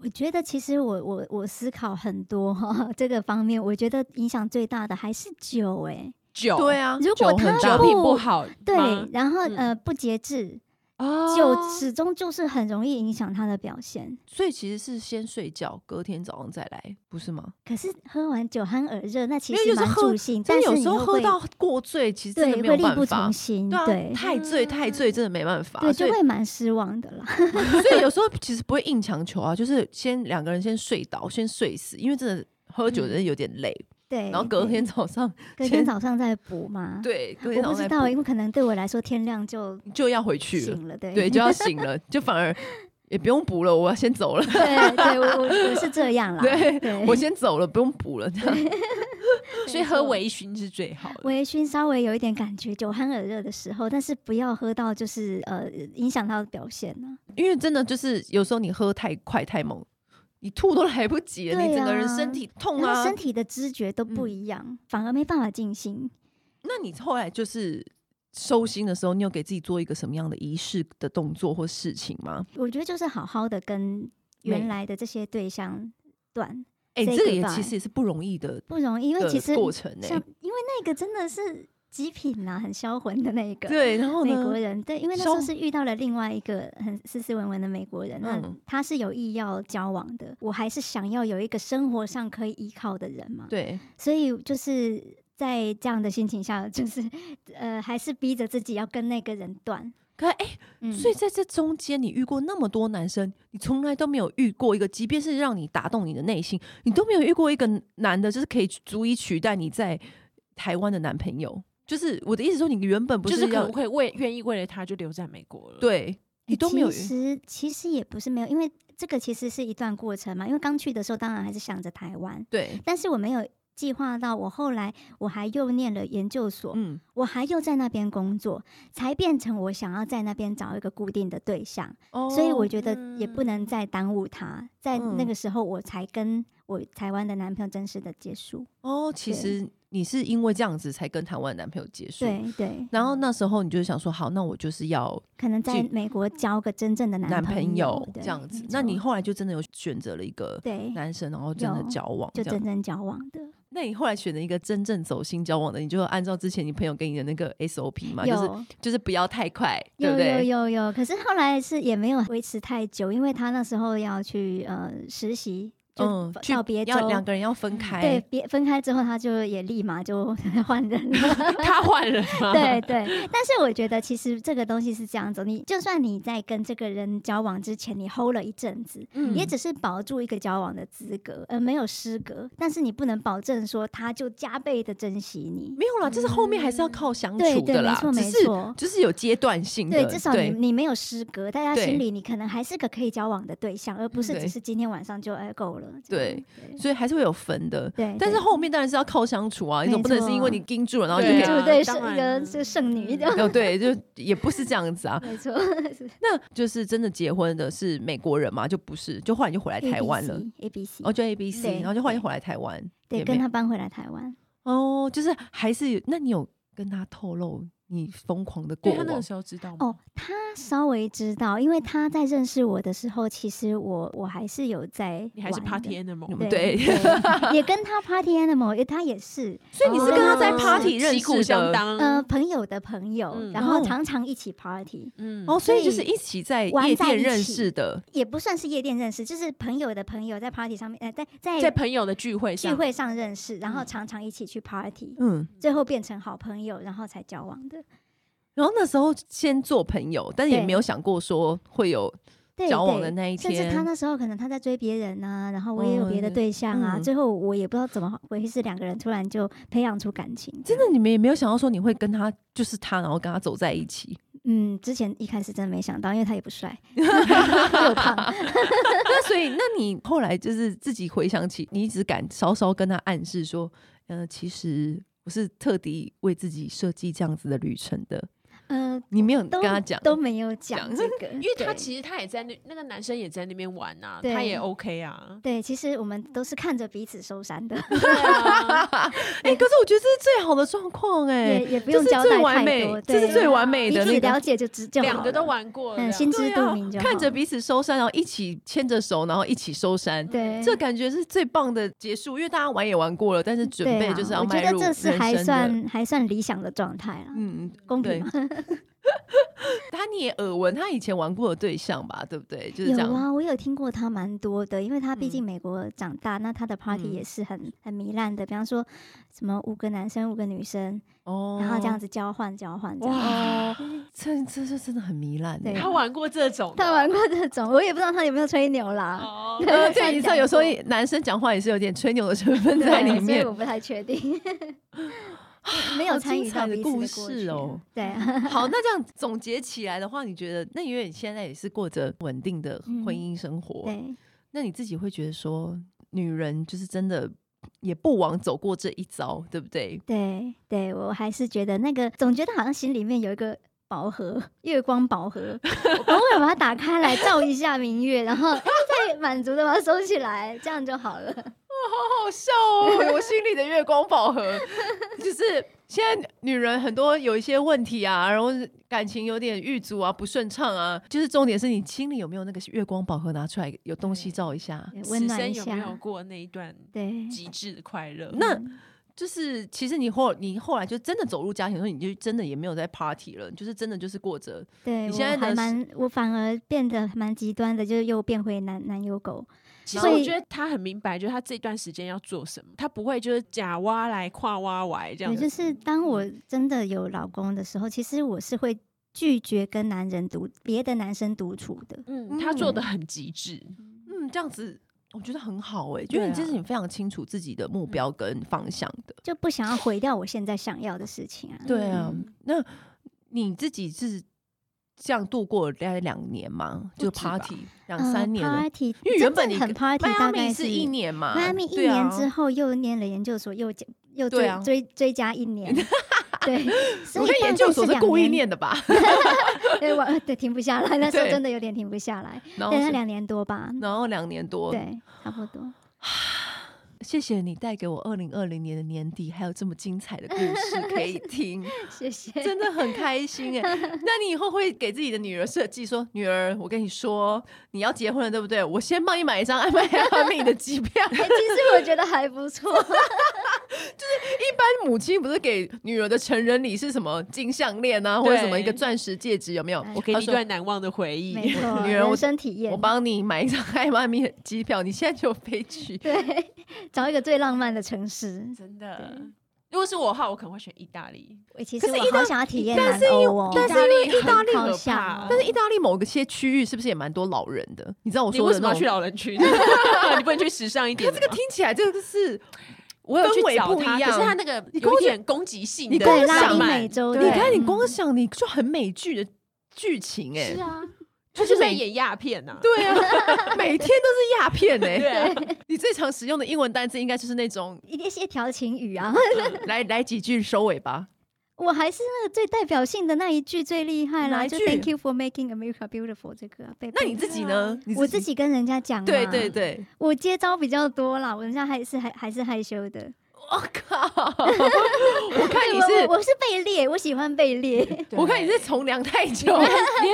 S3: 我觉得其实我我我思考很多哈、这个方面，我觉得影响最大的还是酒哎、
S2: 酒
S1: 对，啊，
S3: 如果
S1: 酒很
S3: 他
S2: 酒
S1: 大
S2: 品
S3: 不
S2: 不好吗，
S3: 对，然后、
S2: 嗯
S3: 呃不节制，
S2: 哦，
S3: 酒始终就是很容易影响他的表现。
S1: 所以其实是先睡觉，隔天早上再来，不是吗？
S3: 可是喝完酒酣耳热，那其
S1: 没有
S3: 实
S1: 就是
S3: 蛮
S1: 喝
S3: 助兴，
S1: 但
S3: 但是
S1: 有
S3: 你
S1: 时候
S3: 又
S1: 喝
S3: 会
S1: 到过醉，其实真
S3: 对
S1: 的没
S3: 会
S1: 有
S3: 力不
S1: 办
S3: 从
S1: 法。
S3: 心，
S1: 对啊，
S3: 对
S1: 太醉太醉真的没办法，
S3: 对，
S1: 所
S3: 就
S1: 以
S3: 会蛮失望的啦。
S1: 所以有时候其实不会硬强求啊，就是先两个人先睡倒，先睡死，因为真的喝酒真的有点累，
S3: 嗯对，
S1: 然后隔
S3: 对
S1: 天早上
S3: 隔
S1: 先
S3: 天早上再补嘛。，
S1: 对，隔天
S3: 我
S1: 早
S3: 不
S1: 上
S3: 知
S1: 再
S3: 道，因
S1: 补
S3: 为可能对我来说天亮就
S1: 就要回去了，
S3: 醒了，欸对
S1: 对，就要醒了，就反 而也不用补了，我要先走了，
S3: 对 对，我我我是这样 啦。
S1: 对
S3: 对，
S1: 我先走了，不用补了，这样
S2: 所以喝微醺是最好的。
S3: 微醺稍微有一点感觉，酒酣耳热的时候，但是不要喝到就是呃影响到表现啊呢、
S1: 因为真的就是有时候你喝太快太猛，你吐都来不及了，
S3: 对
S1: 你整个人
S3: 啊
S1: 身体痛
S3: 然
S1: 啊
S3: 后，身体的知觉都不
S1: 嗯
S3: 一样，反而没办法尽兴。
S1: 那你后来就是收心的时候，你有给自己做一个什么样的仪式的动作或事情吗？
S3: 我觉得就是好好的跟
S1: 没
S3: 原来的这些对象断，
S1: 哎、
S3: Say
S1: 这个也
S3: goodbye
S1: 其实也是不容易的
S3: 不容易，因为
S1: 的
S3: 其实
S1: 过程呢、欸
S3: 像因为那个真的是极品呐、很销魂的那一个。
S1: 对，然后
S3: 美国
S1: 哦呢？
S3: 人对，因为那时候
S1: 销
S3: 是遇到了另外一个很斯斯文文的美国人，那
S1: 嗯
S3: 他是有意要交往的，我还是想要有一个生活上可以依靠的人嘛，
S1: 对，
S3: 所以就是在这样的心情下，就是呃，还是逼着自己要跟那个人断。
S1: 可哎、
S3: 嗯，
S1: 所以在这中间，你遇过那么多男生，你从来都没有遇过一个，即便是让你打动你的内心，你都没有遇过一个男的，就是可以足以取代你在台湾的男朋友。就是我的意思说，你原本不
S2: 就是可
S1: 要、
S2: 能会为愿意为了他就留在美国了。，
S1: 对，你都没有遇
S3: 其实其实也不是没有，因为这个其实是一段过程嘛，因为刚去的时候当然还是想着台湾，
S1: 对，
S3: 但是我没有计划到，我后来我还又念了研究所，
S1: 嗯，
S3: 我还又在那边工作，才变成我想要在那边找一个固定的对象，
S1: 哦嗯
S3: 所以我觉得也不能再耽误他。在那个时候，我才跟我台湾的男朋友正式的结束。
S1: 哦，其
S3: 对
S1: 实你是因为这样子才跟台湾男朋友结束，
S3: 对对，
S1: 然后那时候你就想说，好，那我就是要
S3: 可能在
S1: 去
S3: 美国交个真正的
S1: 男
S3: 朋
S1: 朋友
S3: 对
S1: 这样子
S3: 没。
S1: 那你
S3: 错
S1: 后来就真的有选择了一个
S3: 对
S1: 男生，然后真的
S3: 有
S1: 交往，
S3: 就
S1: 这样。
S3: 真正交往的，
S1: 那你后来选了一个真正走心交往的，你就按照之前你朋友给你的那个 SOP 嘛，就是
S3: 有
S1: 就是不要太快，对
S3: 有
S1: 不
S3: 有
S1: 对？
S3: 有有，可是后来是也没有维持太久，因为他那时候要去呃实习，就
S1: 嗯，去
S3: 到别州，嗯
S1: 要两个人要分开，
S3: 对，别分开之后，他就也立马就 换人了。
S2: 他换人了。
S3: 对对，但是我觉得其实这个东西是这样子，你就算你在跟这个人交往之前，你 hold 了一阵子，
S2: 嗯，
S3: 也只是保住一个交往的资格，而没有失格。但是你不能保证说他就加倍的珍惜你。
S1: 没有啦，就是后面还是要靠相
S3: 嗯对
S1: 处
S3: 对，
S1: 的
S3: 没
S1: 啦，
S3: 错
S1: 只
S3: 没
S1: 是
S3: 错。
S1: 就是有阶段性的，
S3: 对，至少你你没有失格，大家
S1: 对嗯
S3: 心里你可能还是个可以交往的对象，而不是
S1: 对
S3: 只是今天晚上就哎够了。这样
S1: 对所以还是会有分的。
S3: 对，
S1: 但是
S3: 对
S1: 后面当然是要靠相处啊，你总不能
S3: 没错
S1: 是因为你盯住了，然后你
S2: 对
S1: 就可
S2: 啊
S1: 以
S3: 就对是
S2: 当
S3: 一
S2: 然
S3: 个
S2: 了嗯
S3: 是剩女这样，
S1: 哦，对，就也不是这样子啊。
S3: 没错。
S1: 那就是真的结婚的是美国人嘛，就不是，就后来你就回来台湾了，
S3: ，A B C，
S1: 哦，就 A B C，
S3: 对
S1: 然后就后来就回来台湾，
S3: 对，
S1: 也
S3: 跟
S1: 没
S3: 他搬回来台湾。
S1: 哦，就是还是有，那你有跟他透露你疯狂的过
S2: 对他那
S1: 往
S2: 个？时候知道吗？
S3: 哦，他稍微知道，因为他在认识我的时候，其实我我还是有在，
S2: 你还是 party
S1: 你
S2: animal，
S1: 们
S3: 对
S1: 对，
S3: 对也跟他 Party Animal，也他也是
S1: 所以你是跟他在
S3: 哦
S1: party 认
S2: 旗鼓
S1: 识
S2: 相
S1: 的，
S2: 当。
S3: 呃朋友的朋友，
S2: 嗯
S3: 然后
S1: 嗯哦
S3: 常常一起 Party，
S2: 嗯，
S1: 哦，所以就
S3: 所
S1: 是
S3: 以
S1: 一起在
S3: 玩
S1: 夜
S3: 在
S1: 店
S3: 一
S1: 认
S3: 起
S1: 识的，
S3: 也不算是夜店认识，就是朋友的朋友在 Party 上面，呃，在
S2: 在
S3: 在
S2: 朋友的聚会
S3: 聚
S2: 上，
S3: 会上认识，然后
S2: 嗯
S3: 常常一起去 Party，
S1: 嗯。
S3: 最后变成好朋友，然后才交往的。
S1: 然后那时候先做朋友，但也
S3: 对
S1: 没有想过说会有
S3: 对
S1: 交往
S3: 对
S1: 的那一
S3: 甚至
S1: 天
S3: 他那时候可能他在追别人啊，然后我也有别的
S1: 嗯
S3: 对象啊，
S1: 嗯
S3: 最后我也不知道怎么回事，两个人突然就培养出感情。
S1: 真的，你们也没有想到说你会跟他，就是他，然后跟他走在一起。
S3: 嗯，之前一开始真的没想到，因为他也不帅，又胖。
S1: 那所以，那你后来就是自己回想起，你只敢稍稍跟他暗示说，呃，其实我我是特地为自己设计这样子的旅程的。
S3: 呃，
S1: 你没有
S3: 都
S1: 跟他讲，
S3: 都没有讲
S1: 讲
S3: 这个，
S2: 因为他
S3: 对
S2: 其实他也在那那个男生也在那边玩呐、
S3: 对。
S2: 他也 OK 啊
S3: 对，其实我们都是看着彼此收 山的，
S2: 对啊，
S1: 哎、可是我觉得这是最好的状况哎
S3: 也，也不
S1: 这
S3: 用
S1: 是
S3: 交
S1: 最
S3: 代
S1: 完
S3: 太
S1: 美
S3: 多，，
S1: 这
S3: 对
S1: 是最完美
S3: 彼
S1: 的那
S3: 此了
S1: 个。
S3: 解就知就好
S2: 两个都
S3: 了
S2: 玩过了，
S3: 嗯，心知
S1: 对
S3: 肚
S1: 啊
S3: 明就好了。
S1: 看着彼此收山，然后一起牵着手，然后一起收山，
S3: 对，
S1: 这感觉是最棒的结束。因为大家玩也玩过了，但是准
S3: 对
S1: 备
S3: 啊
S1: 就是要
S3: 我觉
S1: 迈
S3: 得
S1: 入
S3: 这
S1: 人
S3: 是
S1: 生
S3: 还
S1: 的。
S3: 算还算理想的状态啦，
S1: 嗯，
S3: 公
S1: 对
S3: 平吗？
S1: 他你也耳闻他以前玩过的对象吧，对不对？就是这
S3: 有
S1: 样。
S3: 啊，我有听过他蛮多的，因为他毕
S1: 嗯
S3: 竟美国长大，那他的 party
S1: 嗯
S3: 也是很很糜烂的，比方说什么五个男生五个女生，
S1: 哦，
S3: 然后这样子交换交换这 样。
S2: 哇，
S1: 这这这真的很糜烂
S3: 对
S1: 欸。
S2: 他玩过这种的，
S3: 他玩过这种，我也不知道他有没有吹牛啦。
S2: 哦，
S1: 呃，
S3: 对
S1: 对，
S3: 他
S1: 你知
S3: 讲
S1: 道有时候
S3: 过
S1: 男生讲话也是有点吹牛的成分
S3: 对，啊
S1: 在里
S3: 所以
S1: 面
S3: 我。不太确定， 没有
S1: 好
S3: 参
S1: 精
S3: 与
S1: 彩
S3: 到
S1: 的
S3: 彼此
S1: 故
S3: 过
S1: 事
S3: 去
S1: 哦。
S3: 对啊，
S1: 好，那这样总结起来的话，你觉得那因为你现在也是过着稳定的
S3: 嗯
S1: 婚姻生活，
S3: 对，
S1: 那你自己会觉得说，女人就是真的也不枉走过这一遭，对不对？
S3: 对，对我还是觉得那个，总觉得好像心里面有一个宝盒，月光宝盒， 我偶尔把它打开来照一下明月，然后哎再满足的把它收起来，这样就好 了。
S1: 好好笑哦！我心里的月光宝 盒，就是现在女人很多有一些问题啊，然后感情有点遇阻啊、不顺畅啊，就是重点是你心里有没有那个月光宝盒拿出来，有东西照一下。
S3: 对温
S2: 此
S3: 暖
S2: 生
S3: 一
S2: 有没有
S3: 下。
S2: 过那一段
S3: 对，
S2: 极致的快乐？
S1: 那就是其实你后你后来就真的走入家庭的时候，你就真的也没有在 party 了，你就是真的就是过着
S3: 对
S1: 你
S3: 我
S1: 现在的
S3: 还
S1: 是
S3: 蛮，我反而变得蛮极端的，就是又变回男男友狗。
S2: 其
S1: 然
S2: 实
S1: 后
S2: 我觉得他很明白，就是他这段时间要做什么，他不会就是假挖来跨挖歪这样子
S3: 对，就。是当我
S2: 嗯
S3: 真的有老公的时候，其实我是会拒绝跟男人独别的男生独处的。
S2: 嗯，他做的很极致，
S1: 嗯这样子。我觉得很好哎、欸，因
S2: 对啊
S1: 为你这是你非常清楚自己的
S3: 嗯
S1: 目标跟方向的。
S3: 就不想要毁掉我现在想要的事情啊。
S1: 对啊
S2: 嗯，
S1: 那你自己是这样度过了大概两年嘛？
S2: 不
S1: 就
S2: 止吧
S1: party 两三年
S3: 呃、
S1: 了，
S3: party，
S1: 因为原本
S3: 真
S1: 你
S3: 正很 party，
S1: 迈
S3: 大
S1: 阿密
S3: 概
S1: 是一。年嘛？
S3: 迈阿密一
S1: 对啊
S3: 年之后又念了研究所，又加又
S1: 对
S3: 追、
S1: 啊
S3: 追追加一 年，对，所
S1: 我
S3: 以
S1: 跟
S3: 大
S1: 研
S3: 概
S1: 究所
S3: 是
S1: 是
S3: 两
S1: 故意
S3: 年，
S1: 念的吧？
S3: 对，我对停不下来，那时候
S1: 对
S3: 真的有点停不下来，
S1: 然后
S3: 对，那
S1: 是
S3: 两年多吧，
S1: 然后两年多，
S3: 对，差不 多，
S1: 谢谢你带给我二零二零年的年底还有这么精彩的故 事可以听，
S3: 谢谢。
S1: 真的很开心哎。那你以后会给自己的女儿设计说，女儿，我跟你说，你要结婚了，对不对？我先帮你买一张 迈阿密的机票。
S3: 哎其实我觉得还不错，
S1: 但母亲不是给女儿的成人礼是什么金项链啊，或者什么一个钻石戒指，有没有？
S3: 哎
S2: 我给
S1: 她
S2: 你一
S1: 说
S2: 段难忘的回忆。
S3: 没错，
S1: 女儿我
S3: 人生体验，
S1: 我帮你买一张爱妈咪的机票，你现在就飞去。
S3: 对，找一个最浪漫的城市。
S2: 真的，如果是我的话，我可能会选意大利。
S3: 我其
S1: 可
S3: 实
S1: 是
S3: 我
S1: 意大
S3: 好想要体验
S1: 但
S3: 南
S1: 是
S3: 欧哦，
S1: 但是因为意大利
S3: 好
S2: 可
S3: 像
S2: 怕
S3: 哦
S1: 但是意大利某个些区域是不是也蛮多老人的？你知道我
S2: 你
S1: 说
S2: 为
S1: 的
S2: 什么
S1: 那
S2: 要去
S1: 种，
S2: 老人区？ 啊你不能去时尚一点的吗？
S1: 这个听起来这个是
S2: 我有去
S1: 氛围
S2: 找
S1: 不
S2: 他
S1: 一样
S2: 可是他那个
S1: 你跟
S2: 有
S1: 我
S2: 一点攻击性
S1: 你
S2: 的
S1: 跟我
S3: 对
S2: 浪漫，
S3: 拉丁
S1: 讲
S3: 美洲的，
S1: 你看你
S3: 嗯
S1: 光想你就很美剧的剧情哎、
S2: 是啊，
S1: 就
S2: 就是是在
S1: 每
S2: 演鸦片呐。
S1: 对 啊，每天都是鸦片哎、
S2: 对啊，
S1: 你最常使用的英文单词应该就是那种呃
S3: 一一些调情语啊，
S1: 来来几句收尾吧。
S3: 我还是那个最代表性的那一句最厉害
S1: 哪
S3: 啦，
S1: 一
S3: 就
S1: 句
S3: Thank you for making America beautiful 这个、啊。被
S1: 那你自己
S2: 啊
S1: 呢？你
S3: 我自己跟人家讲嘛，
S1: 对对对，
S3: 我接招比较多啦，我人家还是还还是害羞的。
S2: 哦
S1: 我靠！ 我看你
S3: 我
S1: 是，
S3: 我我是被猎，我喜欢被猎，
S1: 我看你是从良太久。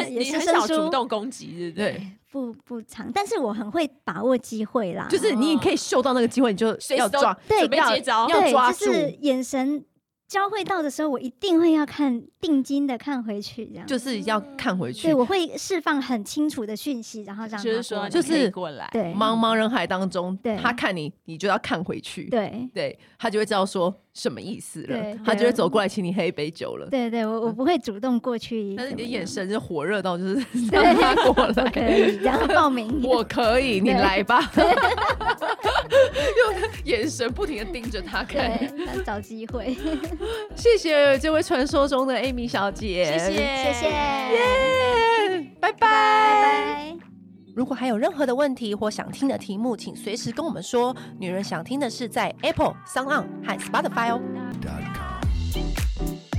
S2: 你
S3: 也
S2: 你
S3: 是
S2: 很
S3: 生
S2: 少主
S3: 疏
S2: 动攻击，对不对？
S1: 对，
S3: 不不长，但是我很会把握机会啦。
S1: 就是你也可以嗅到那个机会，你就
S2: 随
S1: 要
S2: 时都
S1: 抓，
S3: 对
S2: 准备
S1: 要
S2: 接招，
S1: 要
S3: 对，
S1: 抓
S3: 就
S1: 住
S3: 是眼神交汇到的时候，我一定会要看定睛的看回去，这样。
S1: 就是要看回去
S3: 对，。我会释放很清楚的讯息，然后让
S2: 就是
S3: 他过
S2: 说
S3: 来
S1: 就
S2: 你可以
S1: 是
S2: 啊过来，
S3: 对
S1: 茫茫人海当中
S3: 对，
S1: 他看你，你就要看回去。
S3: 对
S1: 对，他就会知道说什么意思了
S3: 对，
S1: 他
S3: 对
S1: 就会走过来请你喝一杯酒了。
S3: 对对，我我不会主动过去。
S1: 嗯但是你的
S3: 怎么样
S1: 眼神就火热到就是
S3: 对
S1: 让他过
S3: 我可
S1: 来。。
S3: 以，然后报名
S1: 哎 我可以，你
S3: 对
S1: 来吧， 用眼神不停的盯着他看。
S3: 对，要找机 会，
S1: 谢谢这位传说中的 Amy 小姐，
S2: 谢谢
S3: 谢谢，
S1: 耶，拜
S3: 拜
S1: 拜。
S3: 拜。
S1: 如果还有任何的问题或想听的题目，请随时跟我们说。女人想听的是在 Apple、s o n 和 Spotify 哦。
S4: dot com. 拜。